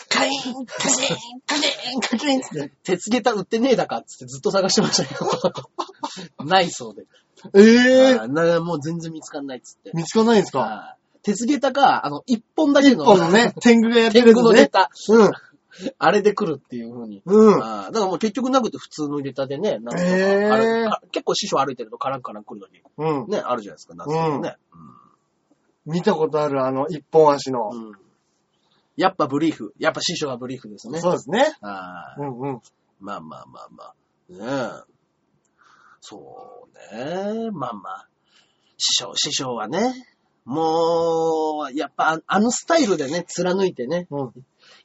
カリン、カリン、カリン、カリンって。
鉄下駄売ってねえだかっつってずっと探してましたけ <laughs> ど。ないそうで。
ええ
あーなもう全然見つかんないっつって。
見つかんないんですか
あー鉄下駄か、あの、一本だけの、
この
<laughs>
ね、天狗がやって
天
る
狗の
の
ネ
ね。
タ、
うん。
あれで来るっていう風に。
うん。
あーだからもう結局なくて普通のネタでね、夏とか、
へー
あれか結構師匠歩いてるとカランカラン来る時
うん。
ね、あるじゃないですか、夏とかね。
見たことある、あの、一本足の。
うんやっぱブリーフ。やっぱ師匠はブリーフですね。
そうですね。
あー
うんうん。
まあまあまあまあ。ねえ。そうね。まあまあ。師匠、師匠はね、もう、やっぱああのスタイルでね、貫いてね。
うん。
い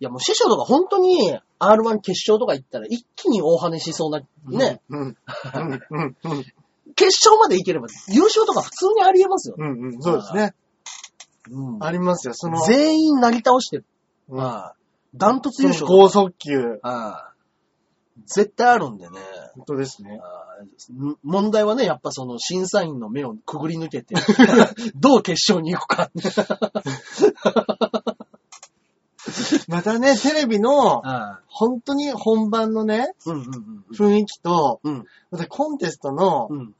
やもう師匠とか本当に R1 決勝とか行ったら一気に大跳ねしそうな、ね。
うん。うん。うん。うん
決勝まで行ければ優勝とか普通にありえますよ。
うん。うん。そうですね。
うん
ありますよ。その、
全員なぎ倒してる。
うん
ああダントツ優
そ
勝。
の高速球。
ああ絶対あるんでね。
本当ですね。
あー問題はね、やっぱその審査員の目をくぐり抜け <laughs> て、どう決勝に行くか。
またね、テレビの、
あ
本当に本番のね、
ーうんうんうん
雰囲気と、
うん。
またコンテストの
う、ん。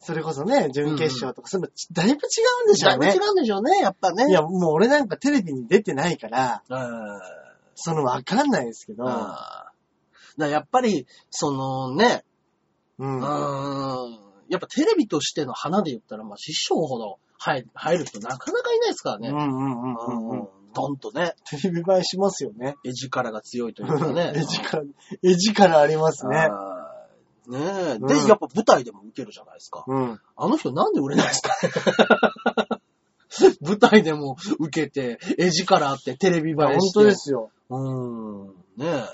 それこそね、準決勝とか、そういうのちだいぶ違うんでし
だ
ょ
いうぶ違
ね。
うんでしょうね、やっぱね。
いや、もう俺なんかテレビに出てないから、
あ
そのわかんないですけ
ーあ
ど、
ーだからやっぱり、そのね、
うん
う。ーん、やっぱテレビとしての花で言ったら、まあ、師匠ほど入入る人なかなかいないですからね。
うんうんうんうんうん。
ドンとね、
テレビ映えしますよね。。
絵力が強いというかね
<laughs> 絵力、絵力ありますね。
あーねえ。で、
うん
やっぱ舞台でも受けるじゃないですか。
うん。
あの人なんで売れないですかね <laughs> 舞台でも受けて、絵力あって、テレビ映えして。
本当で。すよ。
うーん。ねえ。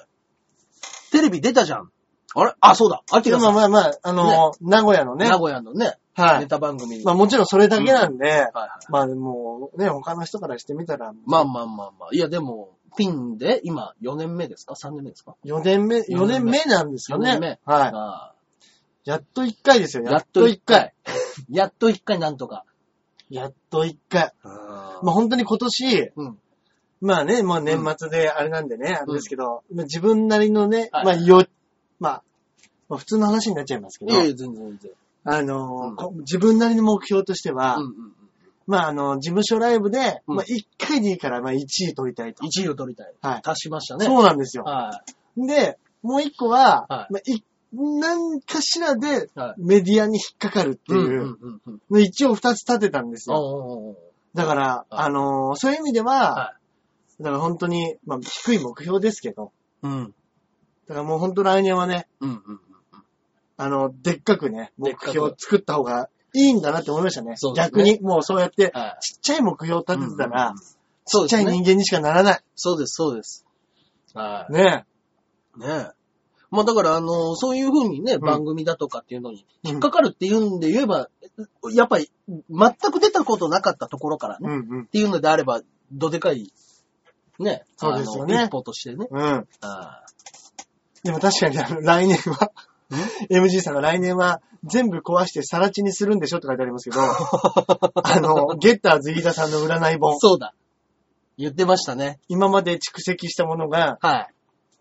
テレビ出たじゃん。あれあ、そうだ。アキ
で
ラさ
も
ん。
まあまあ、あの、名古屋のね
名、古屋のね、
は
ネ
い。
タ番組に。
まあもちろんそれだけなんで、
はいはい
まあでも、ね、他の人からしてみたら、
まあまあまあまあ。いや、でも、ピンで、今、4年目ですか ?3 年目ですか
4年目、4年目なんですよ
四年目
ね。は
ああ
い。やっと1回ですよ、
や
や
っ
っ
と
と
1
1
回
回。。
やっと1回、なんとか。
やっと1回。
ま
まあ本当に今年、
うん。
まあね、まあ年末であれなんでね、あれですけど、まあ自分なりのね、まあよ、まあ、まあ普通の話になっちゃいますけ
い
ど、
やいや、全然全然。
あのー
うん
こ自分なりの目標としては、
うんうんうん。
まあ、あの、事務所ライブで、
うん
まあ、1回でいいから、まあ、1位取りたいと。
1位を取りたい。
はい。
達しましたね。
そうなんですよ。
は
で、もう1個は、
はい
まあ、い何かしらで
い。はい。
メディアに引っかかるって
うん
いううん
うんうん。
の一応2つ立てたんですよ。
おー
だから、あのーそういう意味では、
は
だから本当に、まあ、低い目標ですけど、
うん。
だからもう本当来年はね、
うんうんうん。
あの、でっかくね、
で
目
っかく
標を作った方がいいんだなって思いましたね。
そうですね
逆に、もうそうやって、
はい。
ちっちゃい目標を立ててたら、
うんうんうん
ちっちゃい
そうです
人
ね
間にしかならない。
そうです、そうです。はい。
ね
ねえ。まあだから、あの、そういうふうにね、番組だとかっていうのに
え。
引っかかるっていうんで言えば、やっぱり、全く出たことなかったところからね、
う
っ
んうん。
ていうのであれば、どでかい、ね、
そうですよね
あの一歩としてね。
うん。
あ
でも確かにあの、来年は、 MG さんが来年は全部壊してさら地にするんでしょって書いてありま
<laughs>
すけど、あの、ゲッターズ飯田さんの占い本。
そうだ。言ってましたね。
今まで蓄積したものが
は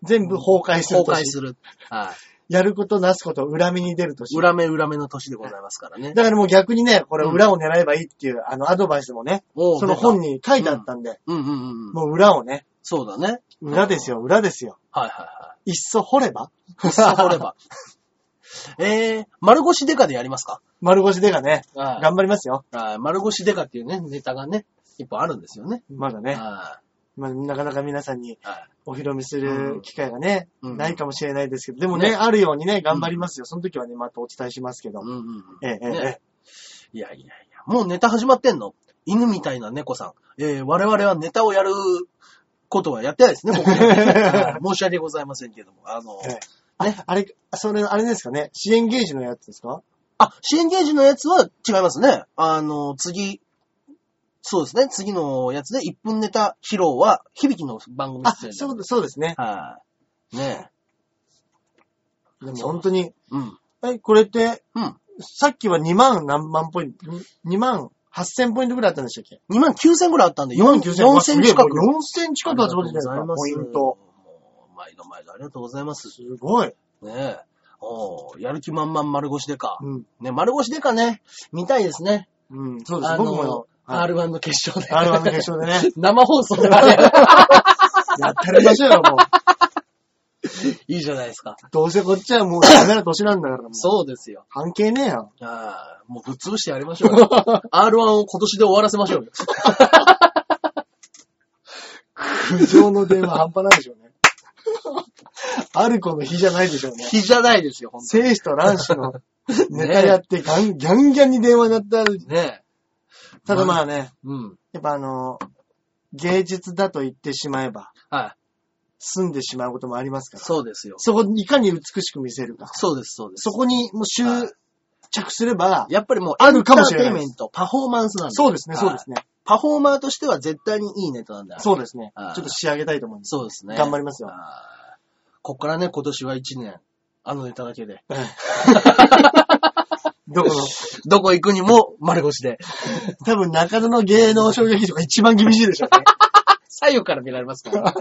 全部崩壊
い。
す
崩
ると
壊する。は
やることなすこと、裏目に出る年
い。。裏目裏目の年でございますからね。
だからもう逆にね、これ
うん
裏を狙えばいいっていう、あの、アドバイスもね、
おー
その本。
出
に書いてあったんで、
たうんうんうん。
もう裏をね、
そうだね。
裏ですよ、裏ですよ。
はいはい
っそ掘れば
い。さあ、掘れば。 <laughs> えー、丸腰デカでやりますか
<laughs> 丸腰でがね、
はい
頑張りますよ。
はい。丸腰デカっていうね、ネタがね、一本あるんですよね。
まだね、
は
まあ、なかなか皆さんに
い。はい。
お披露目する機会がね、
うん
ないかもしれないですけど、でもね、
ね
あるようにね、頑張りますよ。その時はね、またお伝えしますけど。
うんうんうん。
ええ、ええ、
ねいやいやいや、もうネタ始まってんの犬みたいな猫さん。えー、我々はネタをやることはやってないですね、ここ <laughs> ではい申し訳ございませんけども。あの、
ええああれ、それ、あれですかね、支援ゲージのやつですか
あ、支援ゲージのやつは違いますね。あの、次、そうですね、次のやつで1分ネタ披露は、響きの番組
あ、
出演だ
そう、そうですね。
はい、ね
でも
そう
本当に、
え。うん。
え、これって、
うん
さっきは2万何万ポイント、2万8000ポイントぐらいあったんでしたっけ
2万9000ぐらいあったんで、4 4000近く。
4000近く集まってるじゃないですか、ポイント。。
もう、毎度毎度ありがとうございます。
すごい。
ねえ。おーやる気満々丸腰でか。
うん。
ね、丸腰でかね、見たいですね。
うん、そうです。
あ
僕も
の、、
はい
R1 の決勝で。 <laughs>
R1 の決勝 <laughs> でね、
生放送であ <laughs> れ
やってやりましょうよ、もう。
いいじゃないですか。
どうせこっちはもうダメな年なんだ <laughs> から、もう。
そうですよ。
関係ねえよ。
ああ、もうぶっ潰してやりましょう <laughs> よ。R1 を今年で終わらせましょうよ。
苦情の電話半端ないでしょうね。ある子の日じゃないでしょ <laughs> うね。
日じゃないですよ、ほんと
生死と卵子のネタやってガン、ギャンギャンに電話になった。
に。ねえ。
ただまあね、
うん。
やっぱあの、芸術だと言ってしまえば、
はい。
済んでしまうこともありますから。
そうですよ。
そこにいかに美しく見せるか。
そうです、そうです
そ。こにもう執
はい
着すれば、
やっぱりもう、
あるかもしれない
エンターテインメント、パフォーマンスなんで。
そうですね、
はい
そうですね。
パフォーマーとしては絶対にいいネタなんだ。
そうですね。ちょ
はい
っと仕上げたいと思います。
そうですね。
頑張りますよ
あー。こっからね、今年は1年、あのネタだけで。
どこの、
<laughs> どこ行くにも丸腰で。
多分中野の芸能衝撃とか一番厳しいでしょうね。
左右から見られます
<laughs>
から。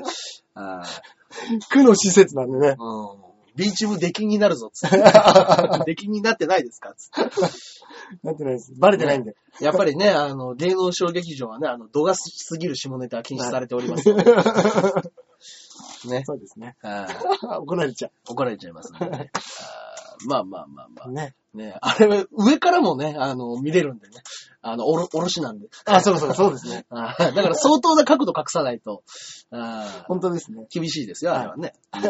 あー <laughs>
区の施設なんでね。
うんビーチ部出禁になるぞ、つ
<laughs>
って。出禁になってないですかつっ
なんてないです。バレてないんで。
て。やっぱりね、あの、芸能小劇場はね、あの、度が過ぎる下ネタは禁止されております
<laughs>
ので。ね。
そうですね。
あー
怒られちゃ
怒られちゃいますのでね。あーまあまあまあま
う。ね。
あ。ね、あれは上からもね、あの、見れるんでね。あの、おろ、おろしなんで。
あ、そうそう、そうですね。
あーだから相当な角度隠さないと。あー
本当ですね。
厳しいですよ、あれはね。うん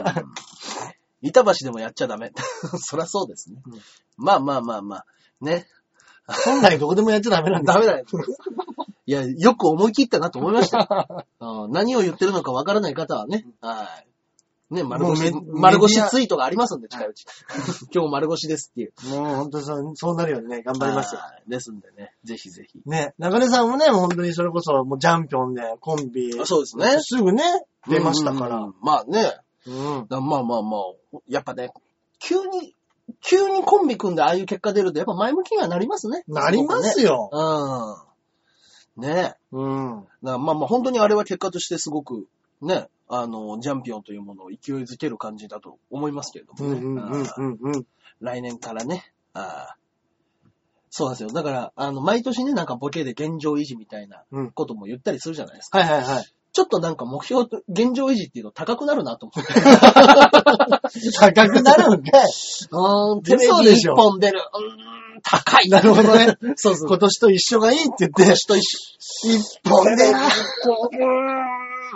板橋でもやっちゃダメ。 <laughs> そりゃそうですね。
うん
まあまあまあまあ。ね。
本来どこでもやっちゃダメなんです
ダメだよ。いや、よく思い切ったなと思いました
<laughs>
よ。うん何を言ってるのかわからない方はね。はい。ね、丸腰
もう、め
丸腰
メディア
ツイートがありますんで、近いうち。 <laughs> 今日丸腰ですっていう。
もう本当そう、そうなるようにね、頑張りますよ。
はいですんでね、ぜひぜひ。
ね、中根さんもね、本当にそれこそ、もうジャンピオンで、コンビ、
そうですね。
すぐね、出ましたから。
うん。まあね、
うん。
だまあまあまあ、やっぱね、急に、急にコンビ組んでああいう結果出ると、やっぱ前向きにはなりますね。
なります
よ。
よ。
うん。ねえ。
うん。
なまあまあ、本当にあれは結果としてすごく、ね、あの、ジャンピオンというものを勢いづける感じだと思いますけれど
う
も
ん
ね。
うんうん
ああ
うんうん。
来年からね。ああそうなんですよ。だから、あの、毎年ね、なんかボケで現状維持みたいな
うん
ことも言ったりするじゃないですか。
はいはいはい。
ちょっとなんか目標と、現状維持っていうと高くなるなと思って。
高くなるんかい。
うーん、テレ
テレビ
ビ一
一
本
本
出る。うーん、高い。な
るほどね。
<laughs> そうそう。
今年と一緒がいいって言って、
年と一緒。
一本でな。
う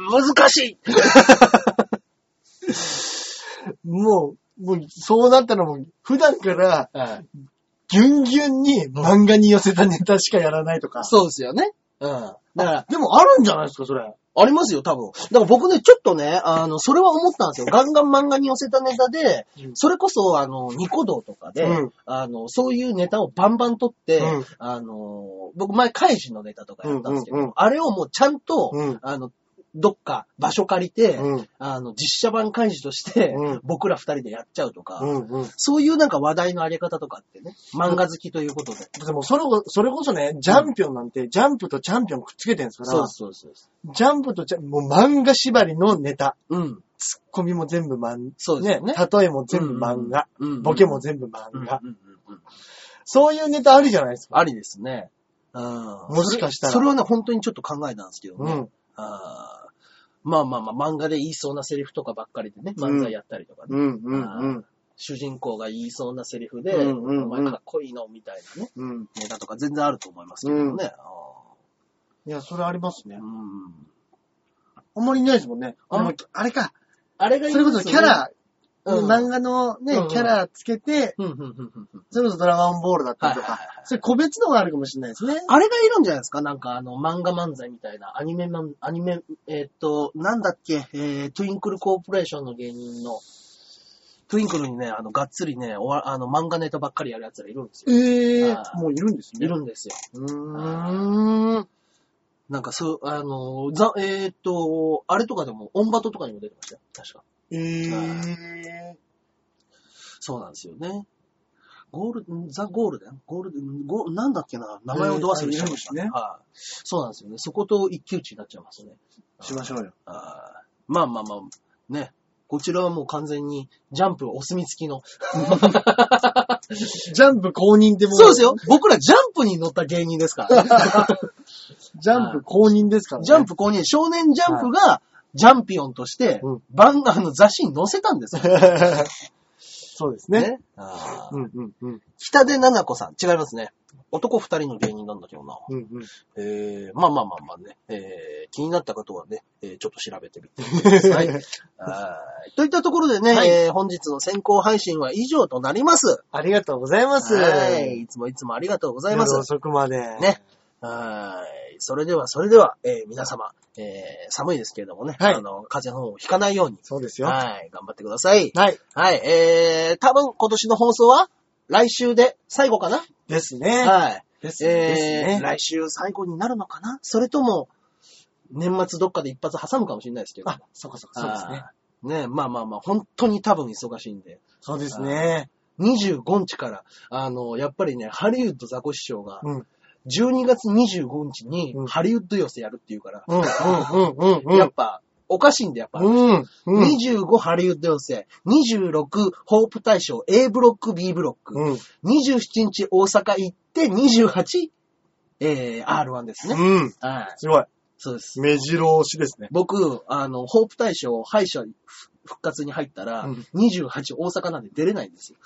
ーん、難しい。 <laughs>
もう、もう、そうなったらもう、普段から、
うん
ギュンギュンに漫画に寄せたネタしかやらないとか。
そうですよね。うん。だから、
でもあるんじゃないですか、それ。
ありますよ、多分。だから僕ね、ちょっとね、あの、それは思
<laughs>
ったんですよ。ガンガン漫画に寄せたネタで
う、ん
それこそ、あの、ニコ動とかで、
うん
あの、そういうネタをバンバン撮って、
うん
あの、僕前、カイジのネタとかやったんですけど、
うんうんうん
あれをもうちゃんと、
うん
あの、どっか場所借りて、
うん。
あの、実写版開示として、
うん
僕ら二人でやっちゃうとか、
うん。うん。
そういうなんか話題のあり方とかってね、漫画好きということで。
でも、それこ、それこそね、ジャンピオンなんて、ジャンプとチャンピオンくっつけてるんですから、
そうそうそうです。
ジャンプとチャン、もう漫画縛りのネタ。
うん。
ツッコミも全部漫
そうですよね
例えも全部漫画。
うん
ボケも全部漫
うんうん
画、
うんうん。
そういうネタあるじゃないですか。
ありですね。うん。
もしかしたら
それそれはね、本当にちょっと考えたんですけど
う
ね。
ん。
あーまあまあまあ、漫画で言いそうなセリフとかばっかりでね、漫才やったりとかね。
うん。う
あ
ん
ー。主人公が言いそうなセリフで、
うんうんうん
お前かっこいいのみたいなね、
うん。うん。
ネタとか全然あると思いますけどね。あ
いや、それありますね
ー。うん
あんまりいないですもんね。
あ
でもあれか。
あれがいい
それこそキャラ、
うん
漫画のね、
うん
キャラつけて、
うんうんうんうんうん
それこそドラゴンボールだったりとか、
はいはいはい
それ個別のがあるかもしれないですね。
あれがいるんじゃないですかなんかあの、漫画漫才みたいな、アニメマン、アニメ、えーっと、なんだっけ、えー、トゥインクルコーポレーションの芸人の、トゥインクルにね、あの、がっつりね、おわあの、漫画ネタばっかりやるやつらいるんですよ。
ええ
あー
もういるんですね。
いるんですよ。
うーん。
なんかそう、あの、ざ、えーっと、あれとかでも、オンバトとかにも出てましたよ。確か。
ええ
そうなんですよね。ゴール、んザ・ゴールデンゴールデン、ゴーなんだっけな名前をど忘れしちゃいました
えーあいるんですね
ね。はい。そうなんですよね。そこと一騎打ちになっちゃいますね。
しましょ
<laughs>
うよ。
あーまあまあまあ、ね。こちらはもう完全にジャンプお墨付きの。
ジャンプ公認でも、
そうですよ。僕らジャンプに乗った芸人ですから、
<laughs>
ね。
ジャンプ公認ですからね。
ジャンプ公認、少年ジャンプがジャンピオンとして
うん、
番、あの雑誌に載せたん
<laughs>
ですよ。
そうですね。
あー
うんうんうん。
北出七子さん、違いますね。男二人の芸人なんだけどな。
うんうん。
えー、まあまあまあまあね、えー、気になった方はね、えー、ちょっと調べてみてくだ
<laughs>
さい。はいといったところでね、
はい
えー本日の先行配信は以上となります。
ありがとうございます。
はい。いつもいつもありがとうございま
夜
す。
遅くまで。
ね。はい。それでは、それでは、えー皆様、えー寒いですけれどもね、
はい
あの、風邪の方をひかないように、
そうですよ。は
はい。頑張ってください。
い。
はい。えー、多分今年の放送は、来週で最後かな
ですね。
はい。
です
えー
ね。
来週最後になるのかなそれとも、年末どっかで一発挟むかもしれないですけど。
あ、そうかそうか、そうですね。
あー。ねまあまあまあ、本当に多分忙しいんで。
そうですね。
25日から、あの、やっぱりね、ハリウッドザコシショウが、
うん。
12月25日に
うん
ハリウッド寄せやるっていうから、
うん、うん、うん、う
や
ん
っ。ぱ、おかしいんで、やっぱ。
うん、うん。
25ハリウッド寄せ、26ホープ大賞 A ブロック B ブロック、
うん。
27日大阪行って28、えー、R1 ですね。
うん。
はい。
すごい。
そうです。
目白押しですね。
僕、あの、ホープ大賞、敗者復活に入ったら、
うん
28大阪なんで出れないんです
<laughs>
よ。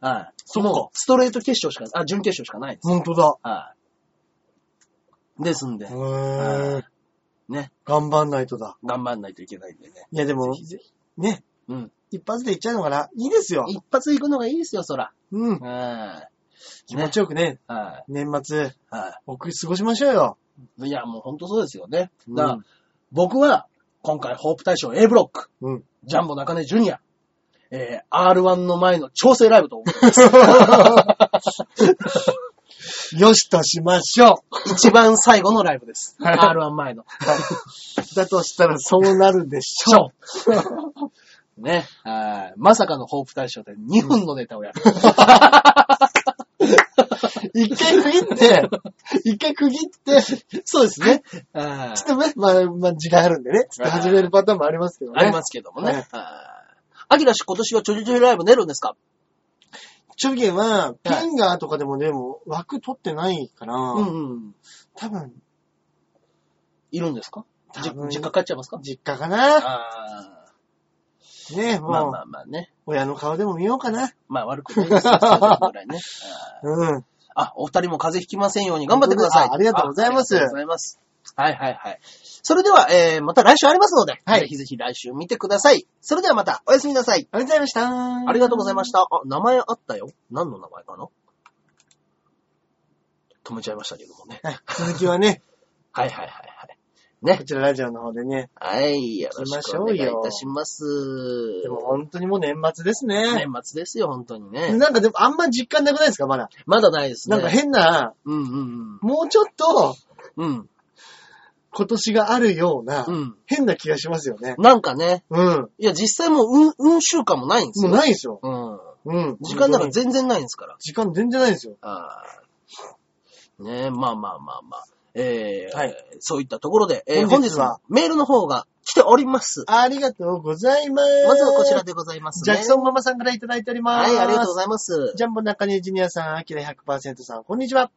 はい。
そっか
もう、ストレート決勝しか、あ、準決勝しかないです。
ほんとだ。
はい。ですんで、
うーん。
ね、
頑張んないとだ。
頑張んないといけないんでね。
いや、でも、ね。
うん。
一発でいっちゃうのかないいですよ。
一発行くのがいいですよ、そら。
うん。
はい。
気持
ね
ち。よくね、
は
年末、
い。は
僕過ごしましょうよ。
い。いや、もうほんとそうですよね。
うん
だから、僕は、今回、ホープ大賞 A ブロック、
うん。
ジャンボ中根ジュニア、えー、R1 の前の調整ライブと思ってます。
よしとしましょ
一番最後のライブです。
<laughs> はい
R1 前の。
う。 <laughs> だとしたらそうなるでしょ
超 <laughs> ね。はい。まさかのホープ大賞で2分のネタを
<laughs>
やる。
う。一回区切 <laughs> って、一回区切って、ち
そうですね。はい
ょっとね、まあ、まあ、時間あるんでね、ちょっと始めるパターンもありますけどね。
ありますけどもね
はい。
はいアキラ氏今年はちょいちょいライブ出るんですか
チョゲは、ピンガーとかでもでも枠取ってないから、
うんうん。
多分、
いるんですかじ
多分
実家帰っちゃいますか
実家かな。
あ
ね、
あ。まあ
も
ま
う、
あまあね。
親の顔でも見ようかな。
まあ悪くない
<laughs>
ですよ。そういうぐらいね。
うん。
あ、お二人も風邪ひきませんように頑張ってください。
あありがとうございます
あありがとうございます。はいはいはい。それでは、えー、また来週ありますので、
はい
ぜひぜひ来週見てください。それではまた、おやすみなさい。
ありがとうございました。
ありがとうございました。あ、名前あったよ。何の名前かな止めちゃいましたけどもね。
はい。続きはね、
はいはいはいはい。
こちらラジオの方でね、
はい、よろ
行きま
し
し
くお
ょ
願
う
いい
よ
たします。
でも本当にもう年末ですね。
年末ですよ、本当にね。
なんかでもあんま実感なくないですかまだ。
まだないですね。
なんか変な、
うんうん
もうちょっと、
うん。うん。
今年があるような、
うん。
変な気がしますよね。
なんかね、
うん。
いや、実際もう、うん、運週間もないんです
もう
よ。
ないですよ。
うん。
うん。
時間なんか
本当に
全然ないんですから。
時間全然ないですよ。
あーねえ、まあまあまあまあ。えー
はい
そういったところで、えー本
本
日
日
は
は
メールの方が来ております。
ありがとうございます。
まずはこちら。でございます
ジ
ね。
ャクソンママさんからいただいておりま
は
す。
い、ありがとうご
い
ざいます。
ジャンボ中根ジュニアさん、アキラ100%さん、こんにちは。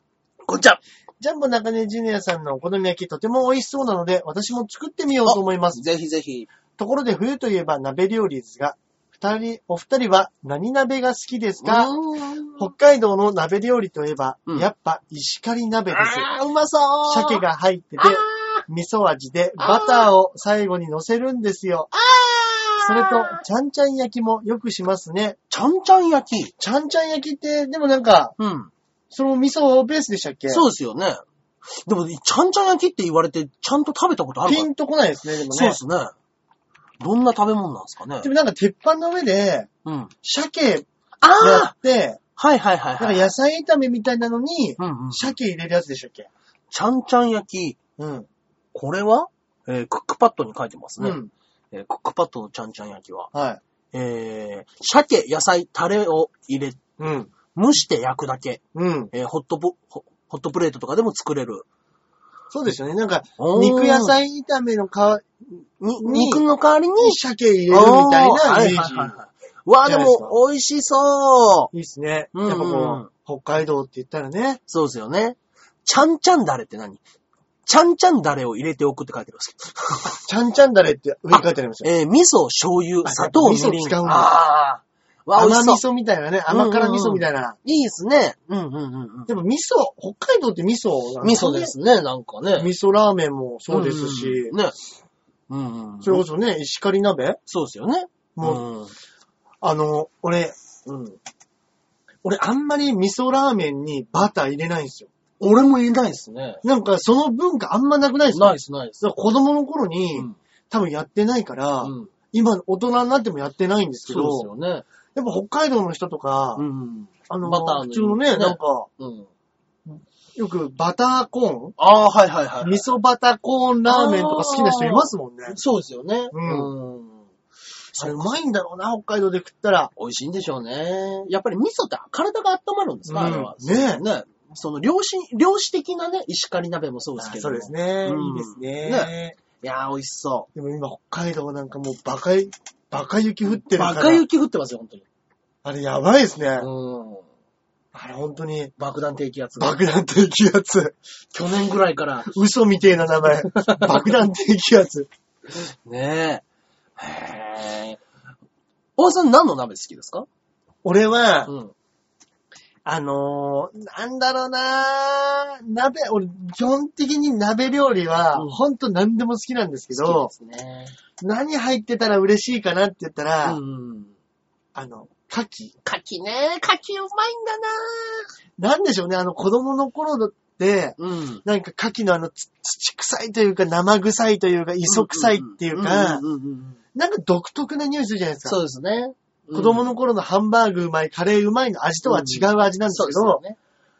こんにちは。
ジャンボ中根ジュニアさんのお好み焼きとても美味しそうなので、私も作ってみようと思います。
ぜひぜひ。
ところで冬といえば鍋料理ですが、二人、お二人は何鍋が好きです
うー
か
ん
北海道の鍋料理といえば、
うん
やっぱ石狩鍋です。
あー、うまそう
鮭が入ってて
あー、
味噌味でバターを最後に乗せるんですよ。
あー
それと、ちゃんちゃん焼きもよくしますね。
ちゃんちゃん焼き。
ちゃんちゃん焼きって、でもなんか、
うん。
その味噌ベースでしたっけ
そうですよね。でも、ちゃんちゃん焼きって言われて、ちゃんと食べたことあるか
ピンとこないですね、でも
そう
ね
で。すね。どんな食べ物なんですかね
で。もなんか鉄板の上で、
うん。あ
鮭や
あー
って、
はいはいはい
なん
は
か
い。
野菜炒めみたいなのに、
うんうん。ち
鮭入れるやつでしたっけ
ゃんちゃん焼き。
うん。
これはえークックパッドに書いてます
う
ね。
ん。
えークックパッドのちゃんちゃん焼きは。
はい。
えー、鮭、野菜、タレを入れ、
うん。
蒸して焼くだけ。
うん。
えーホットポ、ホホットプレートとかでも作れる。
そうですよね。なんか、
おー
肉野菜炒めの皮に、に
肉の代わりに、
鮭入れるみたいなイメージ。
あーはいはいはいはいわあ、
じ
で
ゃないですか
も、美味しそう。
いいですね。
うん
やっぱこう、北海道って言ったらね、
そうですよね。ちゃんちゃんだれって何ちゃんちゃんだれを入れておくって書いてます
ちゃんちゃんだれって上に書いてありますよ。
えー味噌、醤油、
あ
砂糖、み
味噌
りん。
使うんだ
ああ。わあ、美
甘
味し
味
そう。
噌みたいなね、甘辛味噌みたいな。
いいですね。うんうんうんうん。
でも味噌、北海道って味噌なん
味噌で。すね、なんかね。
味噌ラーメンもそうですし
うん、ね。うんうん。
それこそね、石狩鍋
そうですよね。
も
う
う、
ん
あの、俺、うん。俺あんまり味噌ラーメンにバター入れないんですよ。
俺も入れないですね。
なんかその文化あんまなくないですか
ないです、ないです。
だから子供の頃に、
うん
多分やってないから、
うん
今大人になってもやってないんですけ
そ
ど、
うですよね。
やっぱ北海道の人とか、
うん。
あの、
バターの
普通のね、
ね
なんか、
うん。
よくバターコーン
ああ、はいはいはい。
味噌バターコーンラーメンとか好きな人いますもんね。
そうですよね。
うん
うん
あれうまいんだろうな、北海道で食ったら。
美味しいんでしょうね。やっぱり味噌って体が温まるんですか、
うん
あれは。
ねえ
ね。その漁師、漁師的なね、石狩鍋もそうですけど。
そうです。ね、
うん
いいですね
いやー、美味しそ
でも今北海道なんかもうバカい、バカ雪降っ
う。
てるか
バ
ら。
カ雪降ってますよ、本当に。
あれやばいですね。
うん。
あれ本当に
爆弾低気圧が。
爆弾低気圧。
去年ぐらいから。
嘘みてえな名
<laughs>
前。爆弾低気圧。
ねえ。へえ。大さん何の鍋好きですか
俺は、
ん。
あのー、なんだろうな鍋、俺、基本的に鍋料理は、
うん
ほんと何でも好きなんですけ
好
ど、
きですね。
何入ってたら嬉しいかなって言ったら、
うん。
あの、牡蠣。
牡蠣ね。牡蠣うまいんだな
なんでしょうね、あの子供の頃だって、
うん。
なんか牡蠣のあのつ土臭いというか生臭いというか磯臭いっていうか
ん、んうんうん
なんか独特な匂いするじゃないです
そ
か。
うですね。
子供
うん
の頃のハンバーグうまい、カレーうまいの味とは違う味なんで
そうで
すけ
す
ど
よ、ね。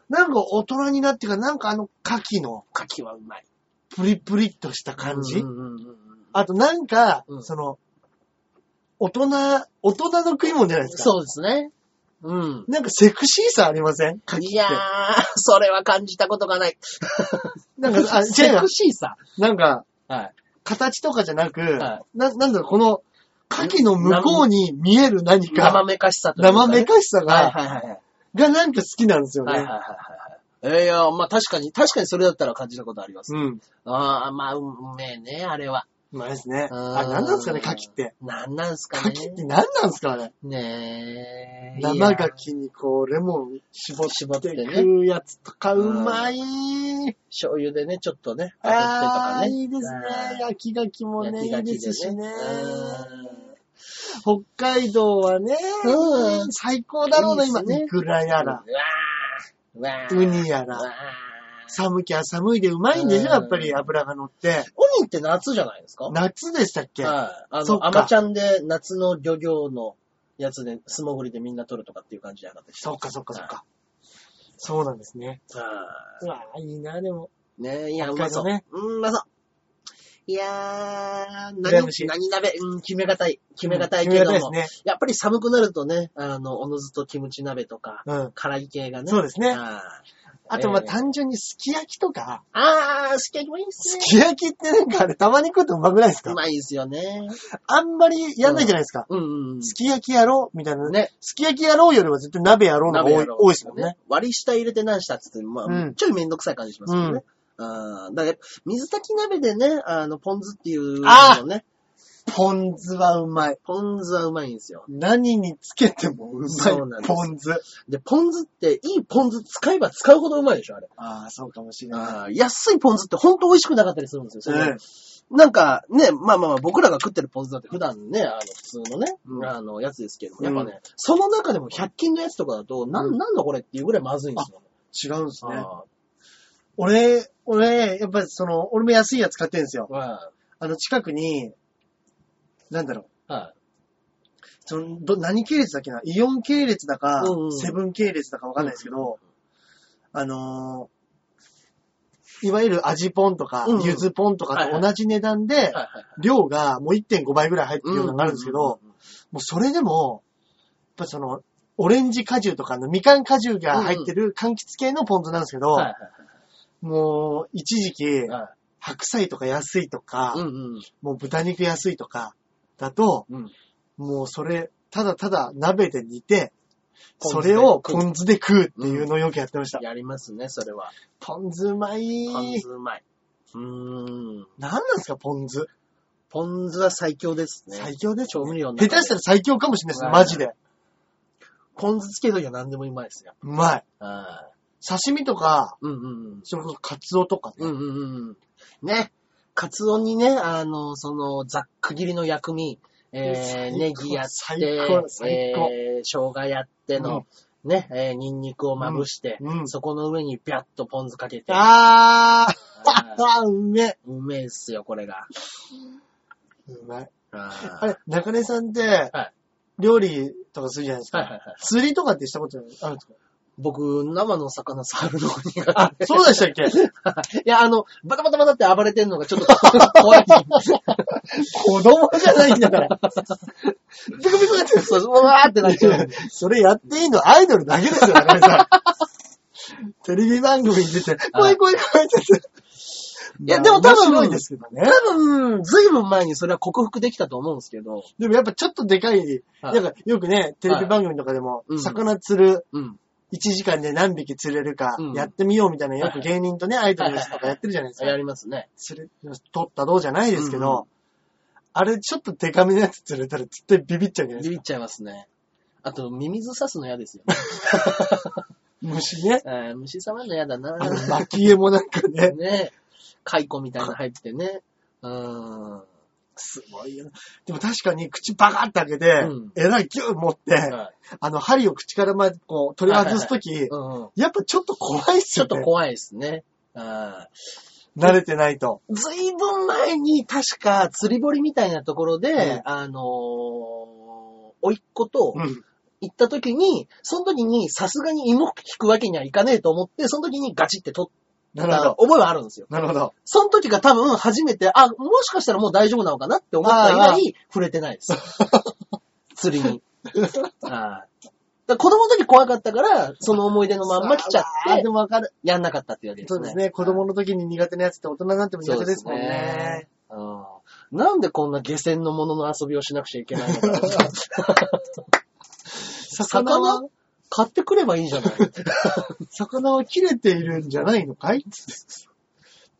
なんか大人になってからなんかあの牡蠣の
牡蠣はうまい。
プリプリっとした感じ、
うんうんうんうん
あとなんか、
うん
その、大人、大人の食い物じゃないですか。
そうですね。うん。
なんかセクシーさありません牡蠣っ
い
て
やー。、それは感じたことがない。
なん
<laughs>
か、あ、 <laughs> 違
セ
うよ
クシーさ。
なんか、
はい。
形とかじゃなく、
は
な、なんだろう、この、牡蠣の向こうに見える何
生
か、
めかしさというかね
生めかしさが、
はいはいはいはい。
がなんか好きなんですよね。
はいはいはいはい。いや、まあ確かに、確かにそれだったら感じたことあります。
うん。
ああ、まあ、うめえね、あれは。
うまいですね。
うん
あれ、なんなんですかね、牡蠣って。
なんなんすか
牡
ね。
蠣って何なんですかね。
ねえ。
生牡蠣にこう、レモン絞っ
絞って
て
ね
食うやつとか、
う
うんまい。
醤油でね、ちょっとね、当
あ
たって
あ
とか
ー、
ね。
いいですね。焼き牡蠣もね、いい
焼き
で
牡
す
蠣で
し
ね
ね。北海道はね、
うん
最高だろうな、
いいで
今。
すね
いくらやら、
うわーうわー
ウニやら
うわー
寒きゃ寒いでうまいんでしょ、
うん
やっぱり油が乗って。
ウニって夏じゃないですか
夏でしたっけ
はい。あ
そっ
の、
か
アマちゃんで夏の漁業のやつで、素潜りでみんな取るとかっていう感じじゃなかったです
そっかそっかそっか。そうなんですね。
か。
うわいいな、でも。
ねえ、いや、うま
北海
そ
道
う。
ね
うん、うまそいやー、
羨
何
ましい、
何鍋、うん、決めがたい。決めがたい
決
け
め
ど
た
も、
いですね。
やっぱり寒くなるとね、あの、おのずとキムチ鍋とか、
うん。
辛い系がね。
そうですね
あー
あと、まあ、
えー
単純にすき焼きとか、
あー、すき焼きもいいっす
す
ね。
き焼きってなんかあれ、たまに食うとうまくないですか
うまいですよね。
あんまりやんないじゃないですか。
うんうんうん。
すき焼きやろうみたいな。
ね。
すき焼きやろうよりは絶対鍋やろうの方が多い多いですもんね。。
割り下入れて何したって言って、まあ、
うん
ちょいめんどくさい感じしますけどね。あーだから、水炊き鍋でね、あの、ポン酢っていう
あー
のね、
ポン酢はうまい。
ポン酢はうまいんですよ。
何につけてもう
そうな
ま
ん
い。
です
ポン酢。
で、ポン酢って、いいポン酢使えば使うほどうまいでしょ、あれ。
ああ、そうかもしれない。
あー安いポン酢ってほんと美味しくなかったりするんですよ。それが
うん
なんかね、まあまあまあ僕らが食ってるポン酢だって普段ね、あの普通のね、
うん
あのやつですけど、
うん
やっぱね、その中でも100均のやつとかだと、な、
うんん
なんだこれっていうぐらいまずいんですよ。
違うんですね。
あ
俺、俺、やっぱりその、俺も安いやつ買ってるんですよ
ー。は
あの、近くに、なんだろう。
い。は
そのど何系列だっけなイオン系列だか、
うんうん
セブン系列だかわかんないですけど、あのーいわゆる味ポンとか
うんう、ん
ゆずポンとかと同じ値段
い。
で、
はいはい。
量がもう1.5倍ぐらい入ってるようなのがあるんですけど、
う
もうそれでも、やっぱその、オレンジ果汁とかのみかん果汁が入ってる柑橘系のポン酢なんですけ
んうん
ど、
うん、はい
もう一時期
はい、はい。
白菜とか安いとか、
うんうん
もう豚肉安いとかだと、
うん。
もうそれ、ただただ鍋で煮て、
ポン
そ
酢で
れをポン酢で食うっていうのをよくやってました。
やりますね、それは。
ポン酢うまい。
ポン酢うまい。うーん。
何なんですか、ポン酢。
ポン酢は最強ですね。
最強です、
調味料の中
下
で
手したら最強かもしれないですね、
はい
マジで。
ポン酢つけときは何でもうまいですよ。
うまい。
あー
刺身とか、
うんうんうん。
それこそカツオとかね。
うんうんうんうん。ね。カツオにね、あの、その、ざっく切りの薬味、え
最
ー、
高
ネギやって、
最高最高
えー、生姜やっての、ね、えー、ニンニクをまぶして、
うんうん
そこの上にビャッとポン酢かけて、
あ
あー
ー、 <laughs> うめ
うめえっすよ、これが。
うまい。
あー
あれ、中根さんって
はい、
料理とかするじゃないです
はいはいは
か。
い。
釣りとかってしたことあるんですか
僕、生の魚触るのが苦手で
あ、そうで
<laughs>
したっけ
いや、あの、バタバタバタって暴れてんのがちょっと怖い。
子供じゃないん
<laughs>
だから。ビクビクって
そう、うわーってなっちゃうんで。
それやっていいのアイドルだけですよ、中根さ
<laughs>
ん。テレビ番組に出て、怖い怖い怖いって言って。
いやでも多分
まあ面白いですけどね。
<laughs> 多分、ずいぶん前にそれは克服できたと思うんですけど、
でもやっぱちょっとでかい、
はい
なんかよくね、テレビ番組とかでも
う、ん
魚釣る、
うん。
1時間で何匹釣れるか
うん、
やってみようみたいな、よく芸人とね、アイドルの人とかやってるじゃないですか
や。りますね。
釣れ、取ったどうじゃないですけ
うんう
ど、あれちょっとデカめのやつ釣れたら絶対ビビっちゃうじゃな
ビ
いです
ビ
か。
っちゃいますね。あと、ミミズ刺すの嫌ですよ。 <laughs>
虫ね。
えー虫様の嫌だな
あの、巻き絵もなんか
<laughs>
ね、
ね。カイコみたいなの入ってね。うーん。
すごいよな。でも確かに口バカって開けて
うん、
えらいギュー持って、
はい
あの、針を口からま、こう、取り外すとき、
うん。
やっぱちょっと怖いっす
ちょ
よ
っと
ね。
怖いですね。あ
慣れてないと。
ーずいぶん前に、確か、釣り堀みたいなところで、
うん
あのー、甥っ子と
うん。
行った時に、その時にさすがに芋引くわけにはいかねえと思って、その時にガチって取っ
なるほ
た
ど。
覚えはあるんですよ。
なるほど。
その時が多分初めて、あ、もしかしたらもう大丈夫なのかなって思った以
あーあ
来、触れてない
<laughs>
です。釣りに。あーだから子供の時怖かったから、その思い出のまんま来ちゃっ
あ
て
で、もわかる。
やんなかったっていうわけです
そ
ね。
うですね。子供の時に苦手なやつって大人になっても苦手ですもんね。
うん。なんでこんな下船のものの遊びをしなくちゃいけないの
<laughs>
かな。
魚は
魚買ってくればいいんじゃない
魚は切れているんじゃないのかい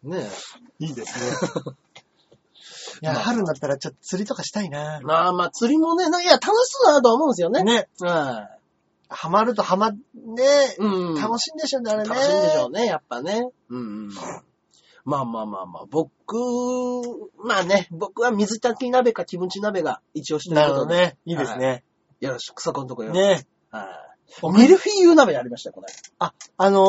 ねえ。
いいですね。いや、
まあ
春になったらちょっと釣りとかしたいな。
まあまあ釣りもね、ないや、楽しそうだなとは思うんですよね。
ね。
は
ハマるとハマ、ね、
い。うん。
楽しいんでしょうね、あれね。
楽しいんでしょうね、やっぱね。うんうん。まあまあまあまあ、僕、まあね、僕は水炊き鍋かキムチ鍋が一応して
な
る
る
こ
ほ
と
ど
で。
ね。いいですね。
よろしく、そこのとこよ。
ね。
はい。ミルフィーユ鍋やりましたよ、これ。
あの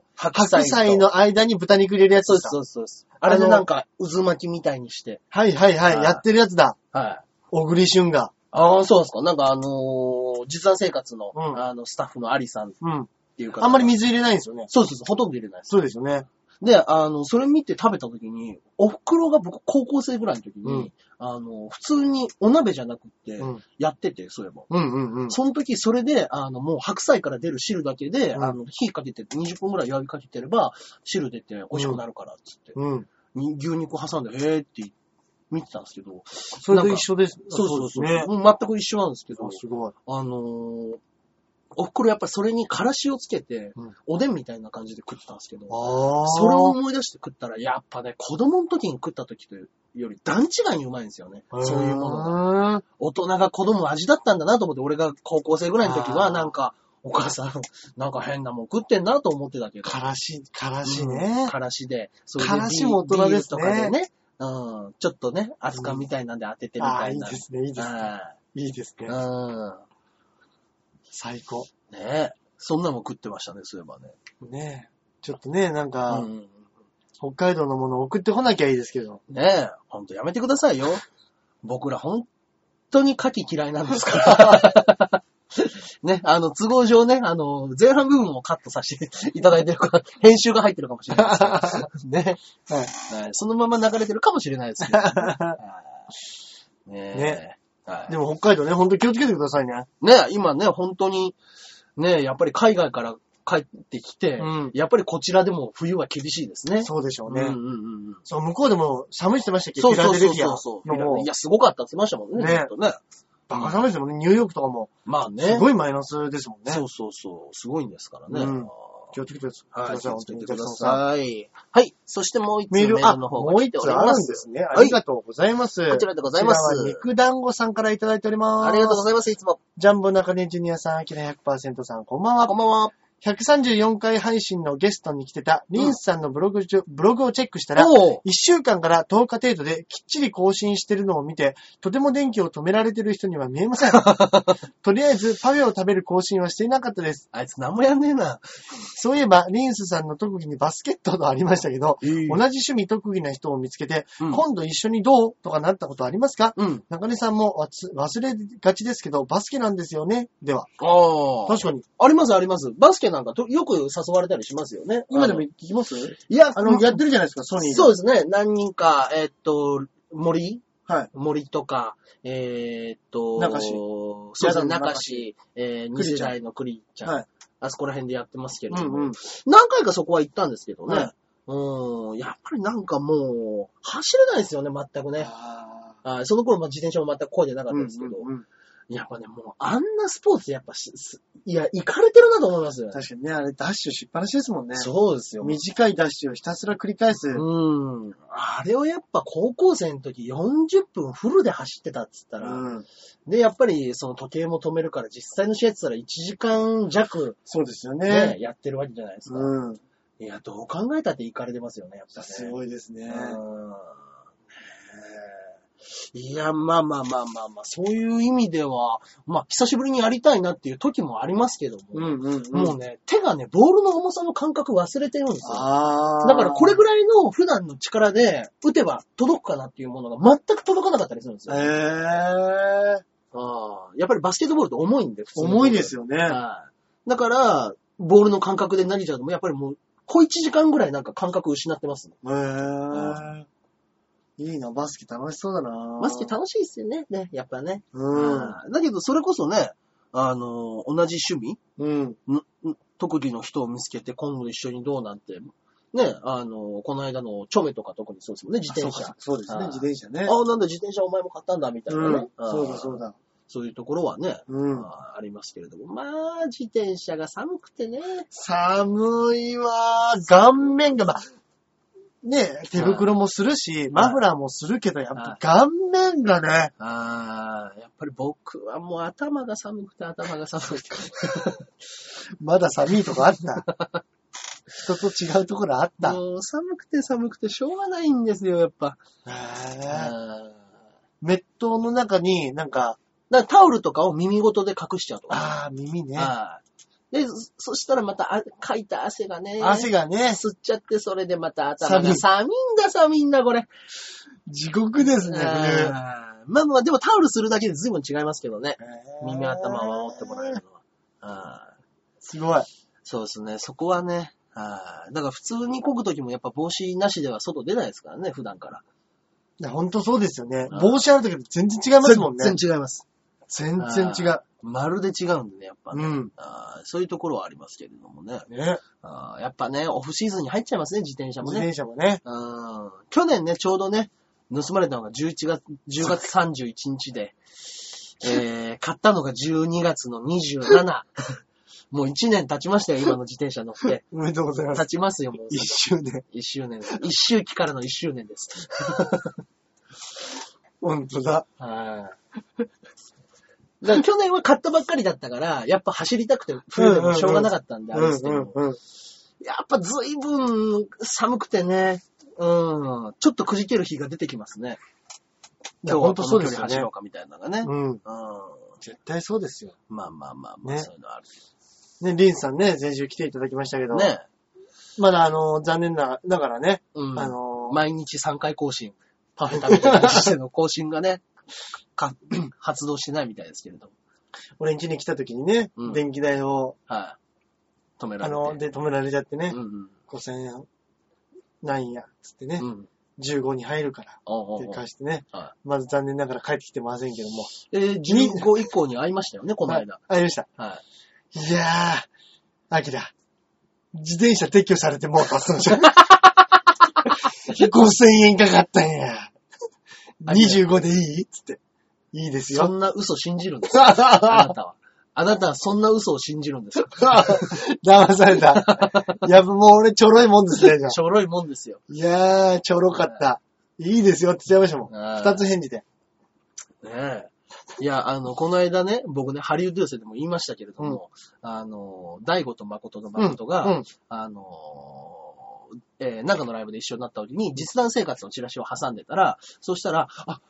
ー、
白
白
菜と。
菜。の間に豚肉入れるやつ
そうで
で
すす、
か
そうですそうです。あれ
あ
で
の
なんか、渦巻きみたいにして。
はいはいはい。
はい
やってるやつだ。
はい。
小栗旬が。
ああ、そうですか。なんかあのー実産生活の、
うん
あの、スタッフのアリさんっ
うん。
ていうか。
あんまり水入れないんですよね。
そうそうそう、ほとんど入れないです。
そうですよね。
で、あの、それ見て食べた時に、お袋が僕高校生ぐらいの時に、
うん
あの、普通にお鍋じゃなくって
うん、
やってて、そういえば。
うんうんうん。
その時、それで、あの、もう白菜から出る汁だけで、
うん
あの、火かけて、20分ぐらい弱火かけてれば、汁出て美味しくなるから、つって、
うん。
に牛肉挟んで、へーって見てたんですけど、
それと一緒です。
そうそうそう。
ですね。
もう全く一緒なんですけど
あ、すごい。
あのーお袋やっぱりそれにからしをつけて
うん、
おでんみたいな感じで食ってたんですけど、
ああ。
それを思い出して食ったら、やっぱね、子供の時に食った時というより段違いにうまいんですよね。そういうものが。
の
大人が子供の味だったんだなと思って、俺が高校生ぐらいの時
あ
は、
ー
なんか、お母さん、 <laughs> なんか変なもん食ってんなと思ってたけど。
からし、からし
うん
ね。
からしで。それ
からしも大人ですね
ビールとかでね。うん。ちょっとね、熱燗みたいなんで当ててみ
ああ、
た
い
い
い
な。
ですね、いいですね。
はい
いですね。
うん。
最高。
ねえ。そんなもん食ってましたね、そういえばね。
ねえ。ちょっとね、なんか、
うん。
北海道のもの送ってこなきゃいいですけど。
ねえ、ほんとやめてくださいよ。僕ら本当に牡蠣嫌いなんです
<laughs>
から。ね、あの、都合上ね、あの、前半部分をカットさせていただいてるから、編集が入ってるかもしれない
<laughs>
ですけどね、
はい。
はいそのまま流れてるかもしれないですけ
<laughs>
ど。はいねえ。
ね
はい
でも北海道ね、ほんと気をつけてくださいね。
ね、今ね、本当に、ね、やっぱり海外から帰ってきて、
うん
やっぱりこちらでも冬は厳しいですね。
そうでしょう
ね。うんう
ね
ん。うんうん。
そう、向こうでも寒いって言ってましたっけ
そうそう
フィラ
そ
デル
う
フィア
そう
の
そう。
も
いや、すごかったって言ってましたもんね。
ね
ずっとね
バカ寒いですもんね。ニューヨークとかも、
まあね。
すごいマイナスですもんね。
そうそうそう。すごいんですからね。
うん気をつけてくだ
はい、
さい。
気をつけてくだ
本当にお客様
さい。はい、そしてもう一つ
メ
メ
ー
ール
ル、あ、
の方
も
が
う
来
一
てお
つ
り
あ
ま。
るんですすね。
い
ありがとうございます。
こちらでございます
こちらは肉団子さんからいただいております。
ありがとうございます、いつも。
ジャンボ中根ジュニアさん、アキラ100%さん、こんばんは
あ、こ。んばんは。
134回配信のゲストに来てた、リンスさんのブログじょ、ブログをチェックしたら、1
おう
週間から10日程度できっちり更新してるのを見て、とても電気を止められてる人には見え
<laughs>
ません。とりあえず、パフェを食べる更新はしていなかったです。
あいつ何もやんねえな。
そういえば、リンスさんの特技にバスケットとありましたけど、
ええ
同じ趣味特技な人を見つけて、
うん
今度一緒にどうとかなったことありますか
うん。
中根さんもわつ忘れがちですけど、バスケなんですよねでは、
ああ
確。かに。
あります、あります。バスケなんかとよく誘われたりしますよね。
今でも
あの
聞きます
いや、
あの、やってるじゃないですか、ソニーで。
そうですね。何人か、えーっと、森
はい。
森とか、えーっと、
中志
そうですね、
中
中
志
志、えー、
栗
二
ちゃん
世代のクリちゃん、
はい
あそこら辺でやってますけれ
う
ども、
んうん。
何回かそこは行ったんですけどね、
はいう
ーん、やっぱりなんかもう、走れないですよね、全くね。
あ
はいその頃、まあ自転車も全く漕いでなか
ー
ったですけど、
うんうんうん
やっぱね、もう、あんなスポーツ、やっぱし、すいや、行かれてるなと思いますよね。
確かにね、あれダッシュしっぱなしですもんね。
そうですよ。
短いダッシュをひたすら繰り返す。
うん。あれをやっぱ高校生の時40分フルで走ってたっつったら、
うん
で、やっぱり、その時計も止めるから、実際の試合って言ったら1時間弱、
そうですよ
ね
ね。
やってるわけじゃないですか。
うん。
いや、どう考えたって行かれてますよね、やっぱね。
すごいですね。
うんねえいや、まあまあまあまあまあ、そういう意味では、まあ、久しぶりにやりたいなっていう時もありますけども、
うんうんうん。
もうね、手がね、ボールの重さの感覚忘れてるんですよ。
ああ。
だから、これぐらいの普段の力で打てば届くかなっていうものが全く届かなかったりするんですよ。
ええ
あーやっぱりバスケットボールって重いんで、普通の
重いですよね。
はい。だから、ボールの感覚で投げちゃうと、やっぱりもう、小1時間ぐらいなんか感覚失ってますね。
へえ。いいな、バスケ楽しそうだな。
バスケ楽しいっすよね。ね、やっぱね。
うん。
うんだけど、それこそね、あの、同じ趣味
うん。
んん特技の人を見つけて、今後一緒にどうなんて、ね、あの、この間のチョメとか特にそうですもんね、自転車。
あそうかそうですね、
はい
自転車ね。
ああ、なんだ、自転車お前も買ったんだ、みたいな
う
ね
ん。。そうだそう
だ。
だ。
そういうところはね、
うん。
あーありますけれども。まあ、自転車が寒くてね。
寒いわー。顔面が、まあ、ねえ、手袋もするし、マフラーもするけど、やっぱ顔面がね、
ああ、やっぱり僕はもう頭が寒くて頭が寒く <laughs> て。
まだ寒いとこ
<laughs>
あった。人と違うところあった。
もう寒くて寒くてしょうがないんですよ、やっぱ。
へー
あ
熱湯の中に、なんか、
ーだからタオルとかを耳ごとで隠しちゃうとか。
ああ、耳ね。
はいで、そそしたらまたあかいた汗がね。
汗がね、
吸っちゃって、それでまた頭
寒
が
い
寒いんだ、寒いんだ、これ。
地獄ですね、冬。
あーまあまあ、でもタオルするだけで随分違いますけどね。耳頭を守ってもらえる
る。
のは。あー
すごい。
そうですね。そこはね、はい。だから普通に漕ぐときもやっぱ帽子なしでは外出ないですからね、普段から。
いや本当そうですよね。
うん
帽子あるだけで全然違いますもんね。
全然違います。
全然違う。
まるで違うんでね、やっぱね。
うん
あーそういうところはありますけれどもね。
ね。
あーやっぱね、オフシーズンに入っちゃいますね、自転車も
自
ね。
転車もね。
うん去年ね、ちょうどね、盗まれたのが11月、10月31日で、 <laughs> えー、買ったのが12月の27。もう1年経ちましたよ、今の自転車乗って。
おめでとうございま
経
す。
ちますよ、もう。
一周年。
1周年です。1周期からの1周年です。
本当だ。
はい。だから去年は買ったばっかりだったから、やっぱ走りたくて冬でもしょうがなかったんで、あれですけど、
うんうん。
やっぱ随分寒くてね、うん、ちょっとくじける日が出てきますね。
いや
今日は
本
こ
当
の
そ
距
うで
離走
すよね
ろう。かみたいなのがね。
うん。
うん。
絶対そうですよ。
まあまあまあまあ、
ね
そういうのある
ね、リンさんね、先週来ていただきましたけ
け
ど。
ど。ね。
まだあの、残念な、だからね、
うん。
あの、
毎日3回更新。パフェ食べてたりしての更新がね、か <clears throat> 発動してないみたいですけれども。
俺ん家に来た時にね、
うん
電気代を、
はい。止めら
あ
れて。
の、で止められちゃってね、
うんうん。
5000円、なんや、つってね、
うん。
15に入るから、
おうお
って
うおう
返してね、
は
まず残念ながら帰ってきてませんけども。
えー、15以降に会いましたよね、この
はい
間。
ありました。
はい。
いやー、アキラ、自転車撤去されてもう経つ
<laughs>
のじゃん。5000円かかったんや。25でいいつって。いいです
そ
よ。
んな嘘信じるんですかあなたは。あなたはそんな嘘を信じるんですか
<laughs> 騙された。やっぱもう俺ちょろいもんですね、じゃあ
ちょろいもんですよ。
いやー、ちょろかった。いいですよって言っちゃいましたもん。
あー
二つ返事で。
ねえ。いや、あの、この間ね、僕ね、ハリウッド寄せでも言いましたけれども、あの、大悟と誠の誠が、
うんうん
あの、えー中のライブで一緒になった時に、実弾生活のチラシを挟んでたら、そしたら、あ、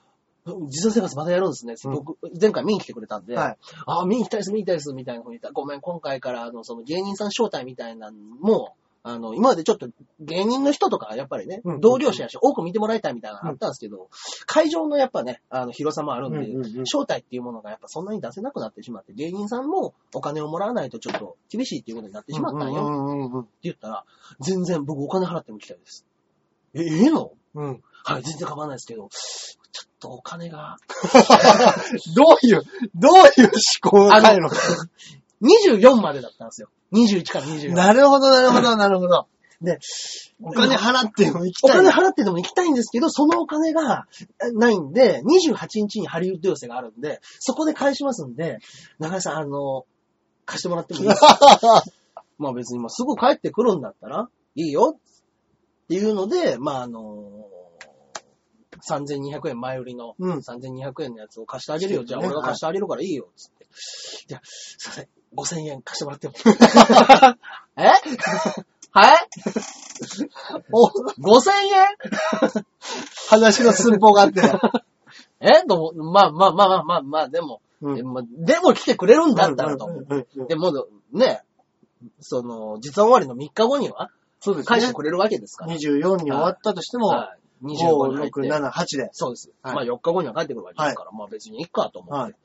実弾生活またやるんですね。
うん
僕、前回見に来てくれたんで、
はい
あ、見に行きたいです、見に行きたいです、みたいなこと言ったら、ごめん、今回から、あの、その芸人さん招待みたいなのも、あの、今までちょっと芸人の人とか、やっぱりね、
うん
同業者やし、多く見てもらいたいみたいなのあったんですけど、会場のやっぱね、あの、広さもあるんで、
うんうんうん
招待っていうものがやっぱそんなに出せなくなってしまって、芸人さんもお金をもらわないとちょっと厳しいっていうことになってしまったんよ
う
って
んうんうん
言ったら、全然僕お金払っても来たいです。え、ええの
うんうん。
はい、全然構わないですけど、ちょっとお金が、
どういう、どういう思考が入るのか。
<laughs> 24までだったんですよ。21から24。
なるほど、なるほど、なるほど。で、お金払っても行き
お
たい
金
な。
払ってでも行きたいんですけど、そのお金がえないんで、28日にハリウッド寄せがあるんで、そこで返しますんで、中井さん、あの、貸してもらってもいいですか
<laughs>
まあ別に今すぐ帰ってくるんだったら、いいよっていうので、まああの3200円前売りの、
うん
3200円のやつを貸してあげるよ。
そうですね
じゃあ俺が貸してあげるからいいよ。つって。じゃあ、すいません。5000円貸してもら <laughs>
<laughs>
っても。えはいお、5000円
<laughs> 話の寸法があって。
<laughs> えと思うまあまあまあまあまあまあ、でも、
うん
えまあでも来てくれるんだったらと思う。
うんうん
でも、ね、その、実は終わりの3日後には、
そうです
返し
ね
て。くれるわけですから。
24に終わったとしても、
はい、25に入
5、
っ
6、
て。
7、8で。
そうです。
はい
まあ4日後には帰ってくるわけですから、まあ別にいいかと思って。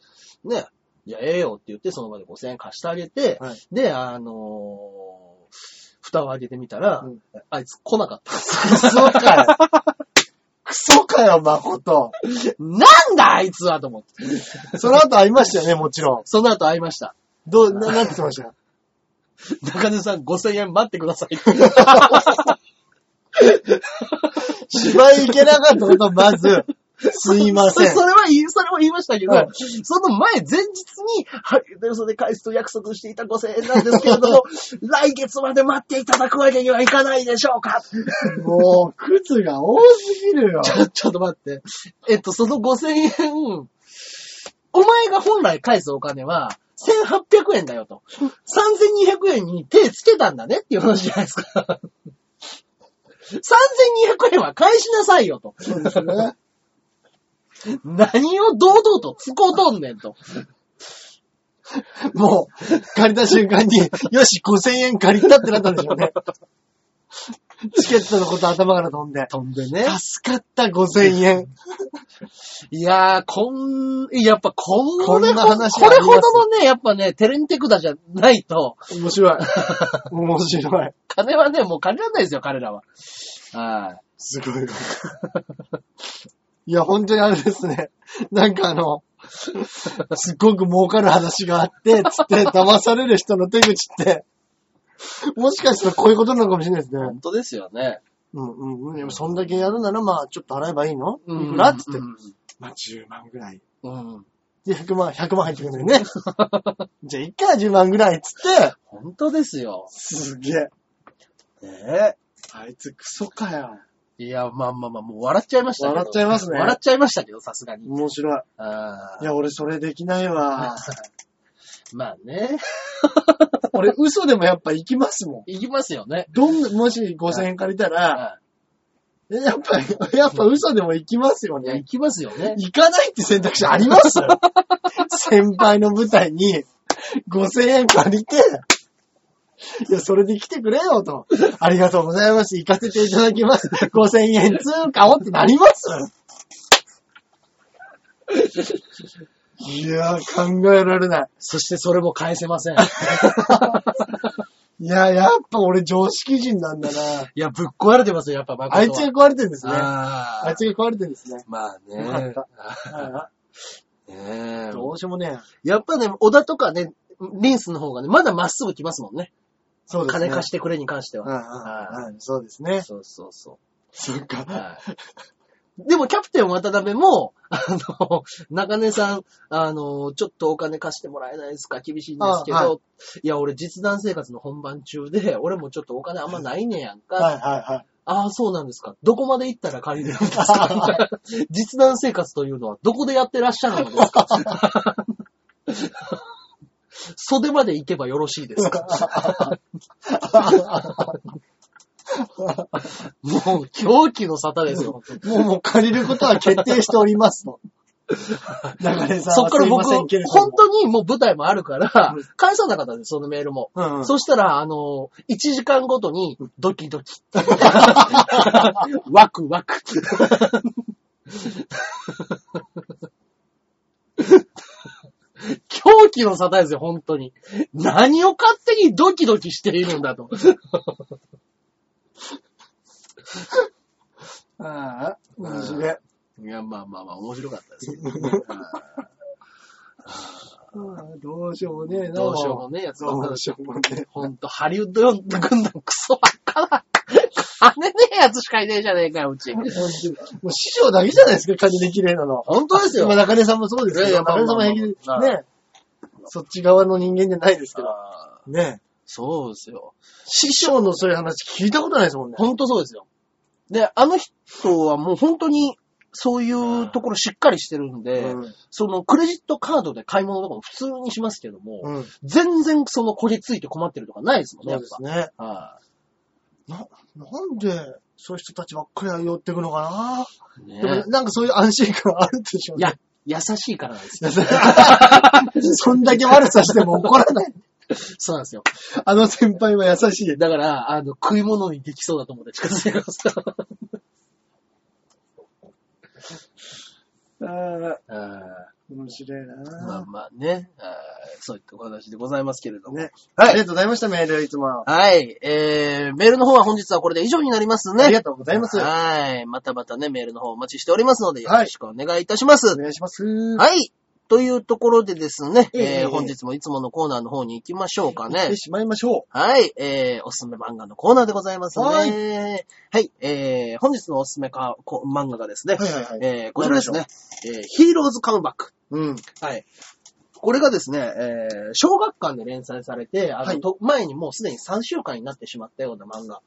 ね、じゃあええよって言って、その場で5000円貸してあげて、
はい
で、あのー蓋を開けてみたら、
うん
あいつ来なかった。
クソかよ。クソかよ、誠。
<laughs> なんだあいつはと思って。
その後会いましたよね、もちろん。
その後会いました。
どう、な、なんて言ってました
中根さん5000円待ってくだ
<laughs>
さい。
芝居行けなかったこと、まず、すいません
そ。それは言い、それは言いましたけど、
はい
その前、前日に、はい、で、それで返すと約束していた5000円なんですけれ
<laughs>
ども、来月まで待っていただくわけにはいかないでしょうか。
もう、クズが多すぎる
<laughs>
よ。
ちょ、ちょっと待って。えっと、その5000円、お前が本来返すお金は、1800円だよと。3200円に手つけたんだねっていう話じゃないですか。3200円は返しなさいよと。
そうですね。
何を堂々と突こうとんねんと。
もう、借りた瞬間に、よし、5000円借りたってなったんでしょうね。チケットのこと頭から飛んで。
飛んでね。
助かった5000円。
いやー、こん、やっぱこ
こん
れ
な
ほど、
話
こ
あ
れ
ります
ほどのね、やっぱね、テレンテクダじゃないと、
面白い。面白い。
金はね、もう借りられないですよ、彼らは。はい。
すごい。いや、本当にあれですね。なんかあの、すっごく儲かる話があって、つって、騙される人の手口って、もしかしたらこういうことなのかもしれないですね。
本当ですよね。
うんうんうん。でもそんだけやるなら、まあ、ちょっと払えばいいの
うん
いくらっつって
う。ん
まあ、10万ぐらい。
うん。
で、100万、100万入ってくるんだよね。 <laughs> じゃあ、いっか、10万ぐらいっつって。
本当ですよ。
すげえ。
ねえ。
あいつクソかよ。
いや、まあまあまあ、もう笑っちゃいましたけど。
笑っちゃいますね
笑っちゃいましたけど、さすがに。
面白い。
あ
い
ー
や、俺それできないわ。
まあね。
<laughs> 俺嘘でもやっぱ行きますもん。
いきますよね。
どんな、もし5000円借りた
は
ら、えやっぱ、 <laughs> やっぱ嘘でも行きますよ
いいや、
ね
い。きますよね。
行かないって選択肢あります
<laughs>
先輩の舞台に5000円借りて、いや、それで来てくれよと。ありがとうございます。行かせていただきます。5000円通貨をってなりますいやー、考えられない。
そしてそれも返せ <laughs> ません。
いやー、やっぱ俺常識人なんだな。
いや、ぶっ壊れてますよ、やっぱ、誠は
あいつが壊れてるんですね。あ
あ
い
ー
つが壊れてるんですね。
まあ
よかっ
ね。
た
ねえ
どうしようもねえ。
やっぱね、小田とかね、リンスの方がね、まだまっすぐ来ますもんね。
そうですね。
金貸してくれに関して
うん
は。
うんうん、そうですね。
そうそうそ
そっ
う。
か。
はい。でも、キャプテン渡辺も、あの、中根さん、あの、ちょっとお金貸してもらえないですか厳しいんですけど、、
あはい
や、俺実弾生活の本番中で、俺もちょっとお金あんまないねやんか。
はいはいはい。
ああ、そうなんですか。どこまで行ったら借りれるんですか
<laughs>
実弾生活というのはどこでやってらっしゃるのですか袖まで行けばよろしいですかもう狂気の沙汰ですよ、本当
<laughs>
に
もうもう借りることは決定しておりますと。中根さん
そっ
は
か
す
ら
いま
僕、
せん
本
けれども。
当にもう舞台もあるから
うん、
返さなかったんです、そのメールも。
うんうん
そしたら、あの、1時間ごとに、ドキドキ。 <laughs> ワクワク。狂気の沙汰ですよ、本当に。何を勝手にドキドキしているんだと。
ああ、面白い。
いや、まあまあまあ、面白かったですけどね、
うんどうしようもねえな。
どうしようもねえやつばっか
どうしようもねえ。
ほんと、ハリウッド軍団クソばっかだ。金ねえやつしかいねえじゃねえかよ、うち。
もう師匠だけじゃないですか、金で綺麗なの。
本当ですよ
まあ。中根さんもそうですけ
いやい
ど、
やまあ
中根さんも平気で、
まあまあ
ね。そっち側の人間じゃないですけど。
あー
ね。
そうですよ。
師匠のそういう話聞いたことないですもんね。
ほんとそうですよ。で、あの人はもう本当に、そういうところしっかりしてるんで、
うん
そのクレジットカードで買い物とかも普通にしますけども、
うん。
全然そのこりついて困ってるとかないですもんね、
そ
や
う
っ
ですね。
ぱ。は
な、なんで、そういう人たちばっかり寄ってくのか
い
な、
ね
でもなんかそういう安心感あるでしょう
い
ね。
や、優しいからなんですよ。
<laughs> そんだけ悪さしても怒らない。
そうなんですよ。
あの先輩は優しい。
だから、あの、食い物にできそうだと思って近づいてください。あ
面白い
ーまあ
な、
まあね、あーそういったお話でございますけれども。
ね
はい
ありがとうございました、メール、いつも。
はい。えー、メールの方は本日はこれで以上になりますね。
ありがとうございます
はい。またまたね、メールの方お待ちしておりますので、よろしくお願いいたします。
お
はい。
願いします。
というところでですね、
ええ
えー本日もいつものコーナーの方に行きましょうか
行っ
ね
て。しまいましょ
はい。えー、おすすめ漫画のコーナーでございますね。
は
はい
い。
えー、本日のおすすめかこ漫画がですね、
はいはいはい
えー、こちらですね、えー、ヒーローズカムバック。
う。うん。
はい。これがですね、えー小学館で連載されて、あの、
はい
と前にもうすでに3週間になってしまったような漫画。
は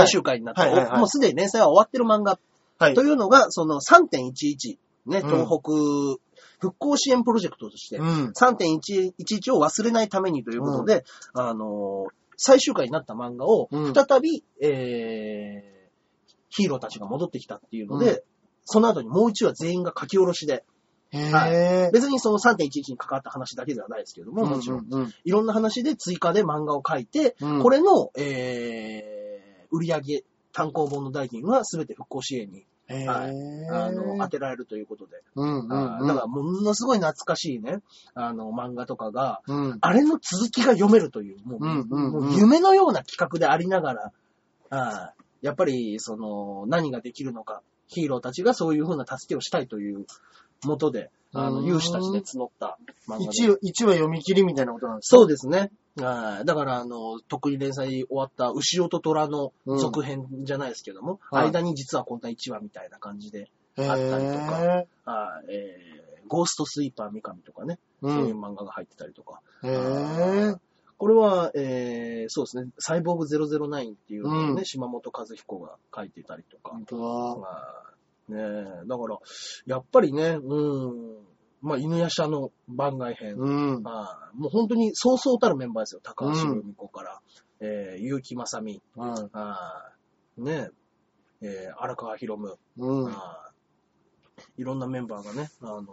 い
3週間になった、
はいはいはい
もうすでに連載は終わってる漫画。
はい
と。いうのが、その3.11、ね、
うん
東北復興支援プロジェクトとして、
うん。
3.11を忘れないためにということで、あのー最終回になった漫画を、
うん
再び、えーヒーローたちが戻ってきたっていうので、
う
その後にもう一話全員が書き下ろしで、
へ
は
ぇ
別にその3.11に関わった話だけではないですけれども、もちろん。
うん。
いろんな話で追加で漫画を書いて、
うん
これの、えー売上単行本の代金は全て復興支援に、
へ
はい
ー
あの、当てられるということで。
うんうん
あ
う
ー
ん。
だから、ものすごい懐かしいね、あの、漫画とかが、
うん。
あれの続きが読めるという、もう、
うんうんうん
もう夢のような企画でありながら、ああやっぱり、その、何ができるのか、ヒーローたちがそういうふうな助けをしたいというもとで、あ
う
の、
ん
勇士たちで募った漫画で。
一話、一話読み切りみたいなことなんです
そうですね。ああだから、あの、特に連載終わった、牛尾と虎の続編じゃないですけども、
うんはい
間に実はこんな1話みたいな感じで、
へー
あったりとああえーゴーストスイーパー三上とかね、
う。
そういうん漫画が入ってたりとか、
へぇ
これは、えー、そうですね、サイボーグ009っていうのをね、
うん
島本和彦が書いてたりとか。
本当は。
まあねえ、だから、やっぱりね、うん、まあ、犬夜叉の番外編。
うん。
まあ、もう本当にそうそうたるメンバーですよ。高橋由美子から、えー、結城正美、
うん。
あーねえ、えー荒川博夢、
うん。
あーいろんなメンバーがね、あの、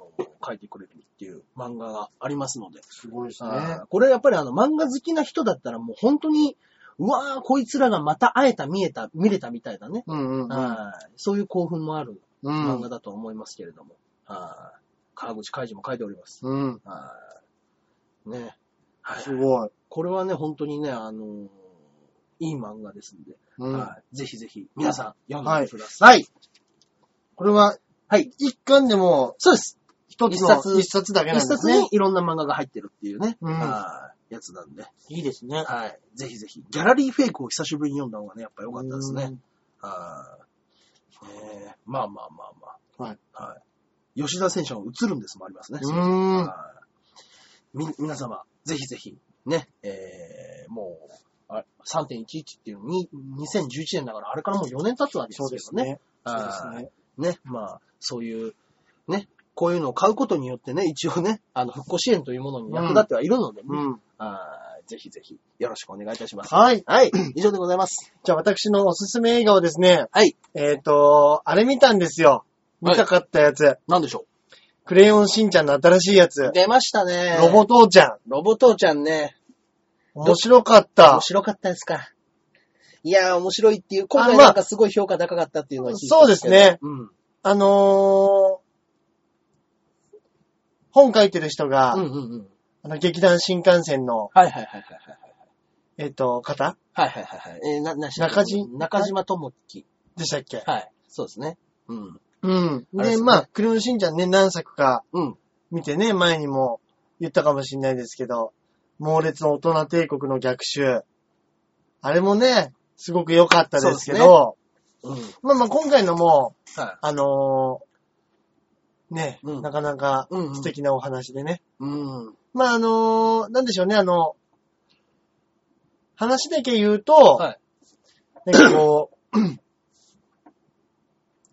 書いてくれるっていう漫画がありますので、
すごいですね。
あーこれやっぱりあの漫画好きな人だったらもう本当に、うわー、こいつらがまた会えた、見えた、見れたみたいなね。
うんうんうん。
はいそういう興奮もある
う
漫
ん
画。だと思いますけれども。はい川口海二も書いております。
うん。
はいね。はい
すごい。
これはね、本当にね、あのーいい漫画ですんで、
うん。
はいぜひぜひ皆さん読んでください。
はい。これは、
はい。
一巻でも、
そうです。
一つ
一冊
の、一冊だけなん
一
ですね。
冊にいろんな漫画が入ってるっていうね、
うん
はいやつなんで。
いいですね。
はい。ぜひぜひ。ギャラリーフェイクを久しぶりに読んだ方がね、やっぱ良かったですね。はい。えーまあまあまあまあ。
はい。
はい。吉田選手が映るんですもありますね。
うーん
はいみ、皆様、ぜひぜひ、ね、えー、もう、あ3.11っていうのに、2011年だから、あれからもう4年経つわけで
そう
す
で
け
す
どね。
ね。そうです
はい
ね。
ね、まあ、そういう、ね、こういうのを買うことによってね、一応ね、あの、復興支援というものに役立ってはいるのでね、
うん。
あーぜひぜひ、よろしくお願いいたします。
はい。
はい、以上でございます。
じゃあ私のおすすめ映画をですね、
はい。
えっ、と、あれ見たんですよ。見たかったやつ。
なんでしょ
クレヨンしんちゃんの新しいやつ
う。出ましたね。
ロボ父ちゃん。
ロボ父ちゃんね、
面白かった
面。白かったですか。いやー、面白いっていう、今
あ
回
まあ
なんかすごい評価高かったっていうのは聞いて
そうですね
ますけど。うん。
あのー本書いてる人が、
うんうんうん。
あの劇団新幹線の、
はいはいはいはいはい。
えっ、と、方
はいはいはいはい。えーな、な
中島
中島智樹。
でしたっけ
はい。そうですね。うん。
うん。
あれで
で、
すね
まあ、クレヨンしんちゃんね、何作か
うん。
見てね、前にも言ったかもしれないですけど、猛烈の大人帝国の逆襲。あれもね、すごく良かったですけど、
うん。
まあまあ今回のも、
はい。
あのーね、
うん
なかなか
うんうん
素敵なお話でね。
うん。
まああのーなんでしょうね、あの、話だけ言うと、
はい
なんかこう、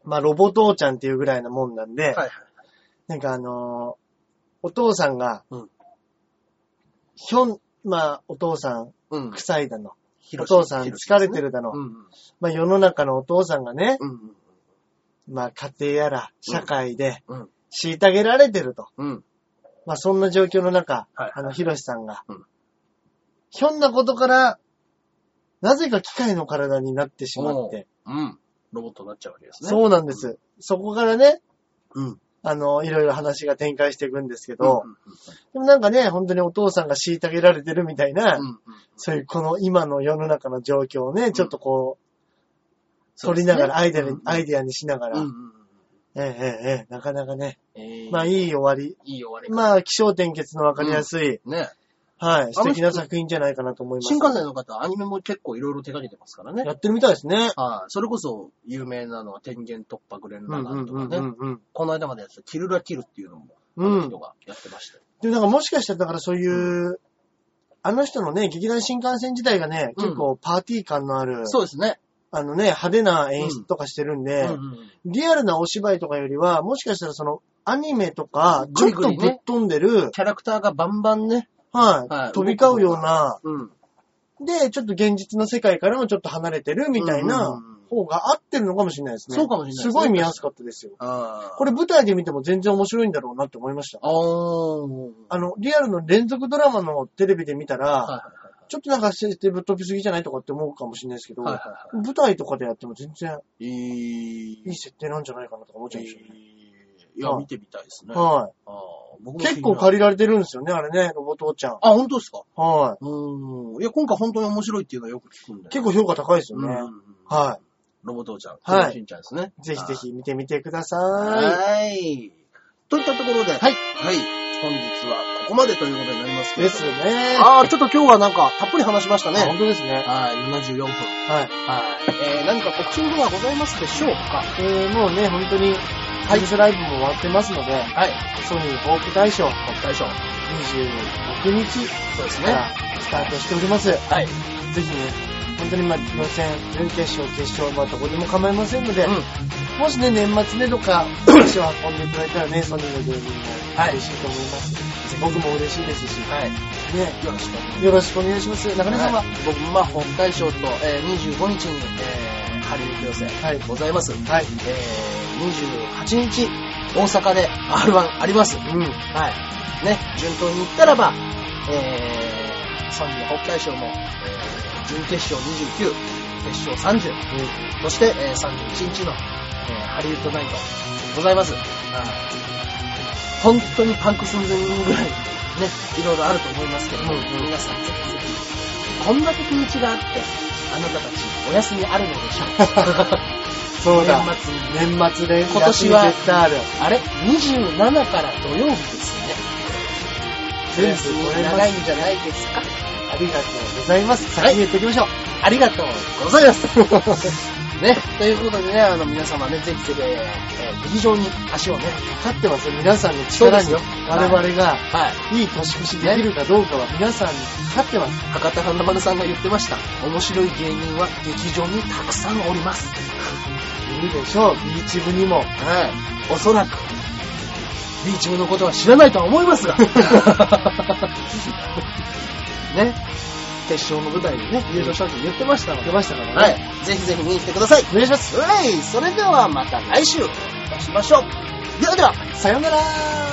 <clears throat> まあロボ父ちゃんっていうぐらいなもんなんで、
はいはい。
なんかあのーお父さんが、
うん
ひょん、まあ、お父さん、
うん。
臭いだの。お
広瀬
父さん、疲れてるだの。
うんうん。
まあ、世の中のお父さんがね、
うんうん
まあ、家庭やら、社会で、
うん。
虐げられてると。
うん。
まあ、そんな状況の中、
はい
あの、ひろしさんが、
うん
ひょんなことから、なぜか機械の体になってしまって、
うん。ロボットになっちゃうわけですね。
そうなんです。そこからね、
うん。
あの、いろいろ話が展開していくんですけ
うん
ど、でもなんかね、本当にお父さんが虐げられてるみたいな、
うんうん
そういうこの今の世の中の状況をね、ちょっとこう、
そう
取
で
り
すね
ながら、アイデアに、
うん
アイデアにしながら、
うんうん
ええええええなかなかね、
えー
まあい
い
い終わり。
い終わり。
まあ、気象点結のわかりやすい、
ね。
はい、素敵
あの
な
人
作品じゃないかなと思います。
新幹線の方、アニメも結構いろいろ手掛けてますからね
や。ってるみたいですね。
はい。それこそ、有名なのは、天元突破グレン
う
ラ
ん
ガ
うん
ンとか
うん
ね。
うん
この間までやってた、キルラキルっていうのも、あ
うん。う
の
ん
人。がやってましたよ。
で、なんかもしかしたらだからそういう、あの人のね、劇団新幹線自体がね、
うん
結構パーティー感のある、
そうですね。
あのね、派手な演出とかしてるん
う
で、
んうん
リアルなお芝居とかよりは、もしかしたらその、アニメとか、ち
ぐ
ょ
り
っ
ぐり
と
ね
ぶっ飛んでる、
キャラクターがバンバンね。
はい、
はい
飛び交うような、
うん。
で、ちょっと現実の世界からもちょっと離れてるみたい
うんう
なん
うん
方が合ってるのかもしれないですね。
そうかもしれないですね
すごい見やすかったですよ。
ああ。
これ舞台で見ても全然面白いんだろうなって思いました。
ああ。はい
あの、リアルの連続ドラマのテレビで見たら、
はいはいはい。
ちょっとなんか設定ぶっ飛びすぎじゃないとかって思うかもしれないですけど、
はいは
舞台とかでやっても全然
い。いい
いい設定なんじゃないかなとか思っちゃうんですよね。
いや、見てみたいですね。あ
は
あ僕
い。
も
結構借りられてるんですよね、あれね、ロボ父ちゃん。
あ、本当ですか
は
うん。いや、今回本当に面白いっていうのはよく聞くんで。
い。結構評価高いですよ
うん
ね。
うんうん。
は
ロボ父ちゃん。
はい
しんちゃんですね。
い。ぜひぜひ見てみてくださ
あー。
い。
はい。といったところで。
はい
はい。本日はここまでということになりますけ
で
れ
す
ど
ね
も。。ああ、ちょっと今日はなんか、たっぷり話しました
あ
ね。
本当ですね。
はい、74分。
はい。
はい。えー、何か告知の方はございますでしょうか
えー、もうね、本当に、ハイブスライブも終わってますので、
はい。
ソニーホープ大賞
国会賞。
26日
そうです
か
ね。
らスタートしております。ぜ
はい。
ひね、本当にまあ、予選、準決勝、決勝、まあ、どこでも構いませんので、
う
もしね、年末ねと <clears throat> か、足を運んでいただいたらね、ソニーの芸人も嬉しいと思います。僕も嬉しいですし、
ん。はい。
ね、
よろしくお願いします。
よろしくお願いします。中根様、
はい僕もまあ、北海道と、えー、25日に、えー、ハリウッド予選、
はい
ございます。
はい。
えー、28日、大阪で R1 あります。
うん。
はい。ね、順当に行ったらば、えー、ソニー北海道も、えー、準決勝29、決勝30、そして、えー、31日の、えー、ハリウッドナイト、ございます。はい本当にパンク寸前ぐらい、ね、いろいろあると思いますけども、
うんうん
皆さんぜひぜひ、こんだけ日にちがあって、あなたたちお休みあるのでしょ <laughs> う
そうだ。
年末に
年末連
今年は
絶対ある。
あれ ?27 から土曜日ですよね。
全部
休
取
み
れま
長い
す。
んじゃないですか
ありがとうございます。
はい
先に言っておきましょう。
ありがとうございます。 <laughs> ね、ということでね、あの皆様ね、ぜひぜひ、えー劇場に足をね、
勝ってますよ。皆さんの力に
そう
我
ですよ
々が
はい。
いい年越しできるかどうかは皆さんに勝ってます。
博多華丸さんが言ってました。面白い芸人は劇場にたくさんおります。
いるでしょう。ビーチ部にも。
はい。おそらく、ビーチ部のことは知らないとは思います
<laughs>
が。ね。決勝の舞台でね、優勝したって言ってましたので
出。ましたからね。
はい。ぜひぜひ見に来てください。
お願いします。
はい。それではまた来週お会いしましょう。ではでは。
さよなら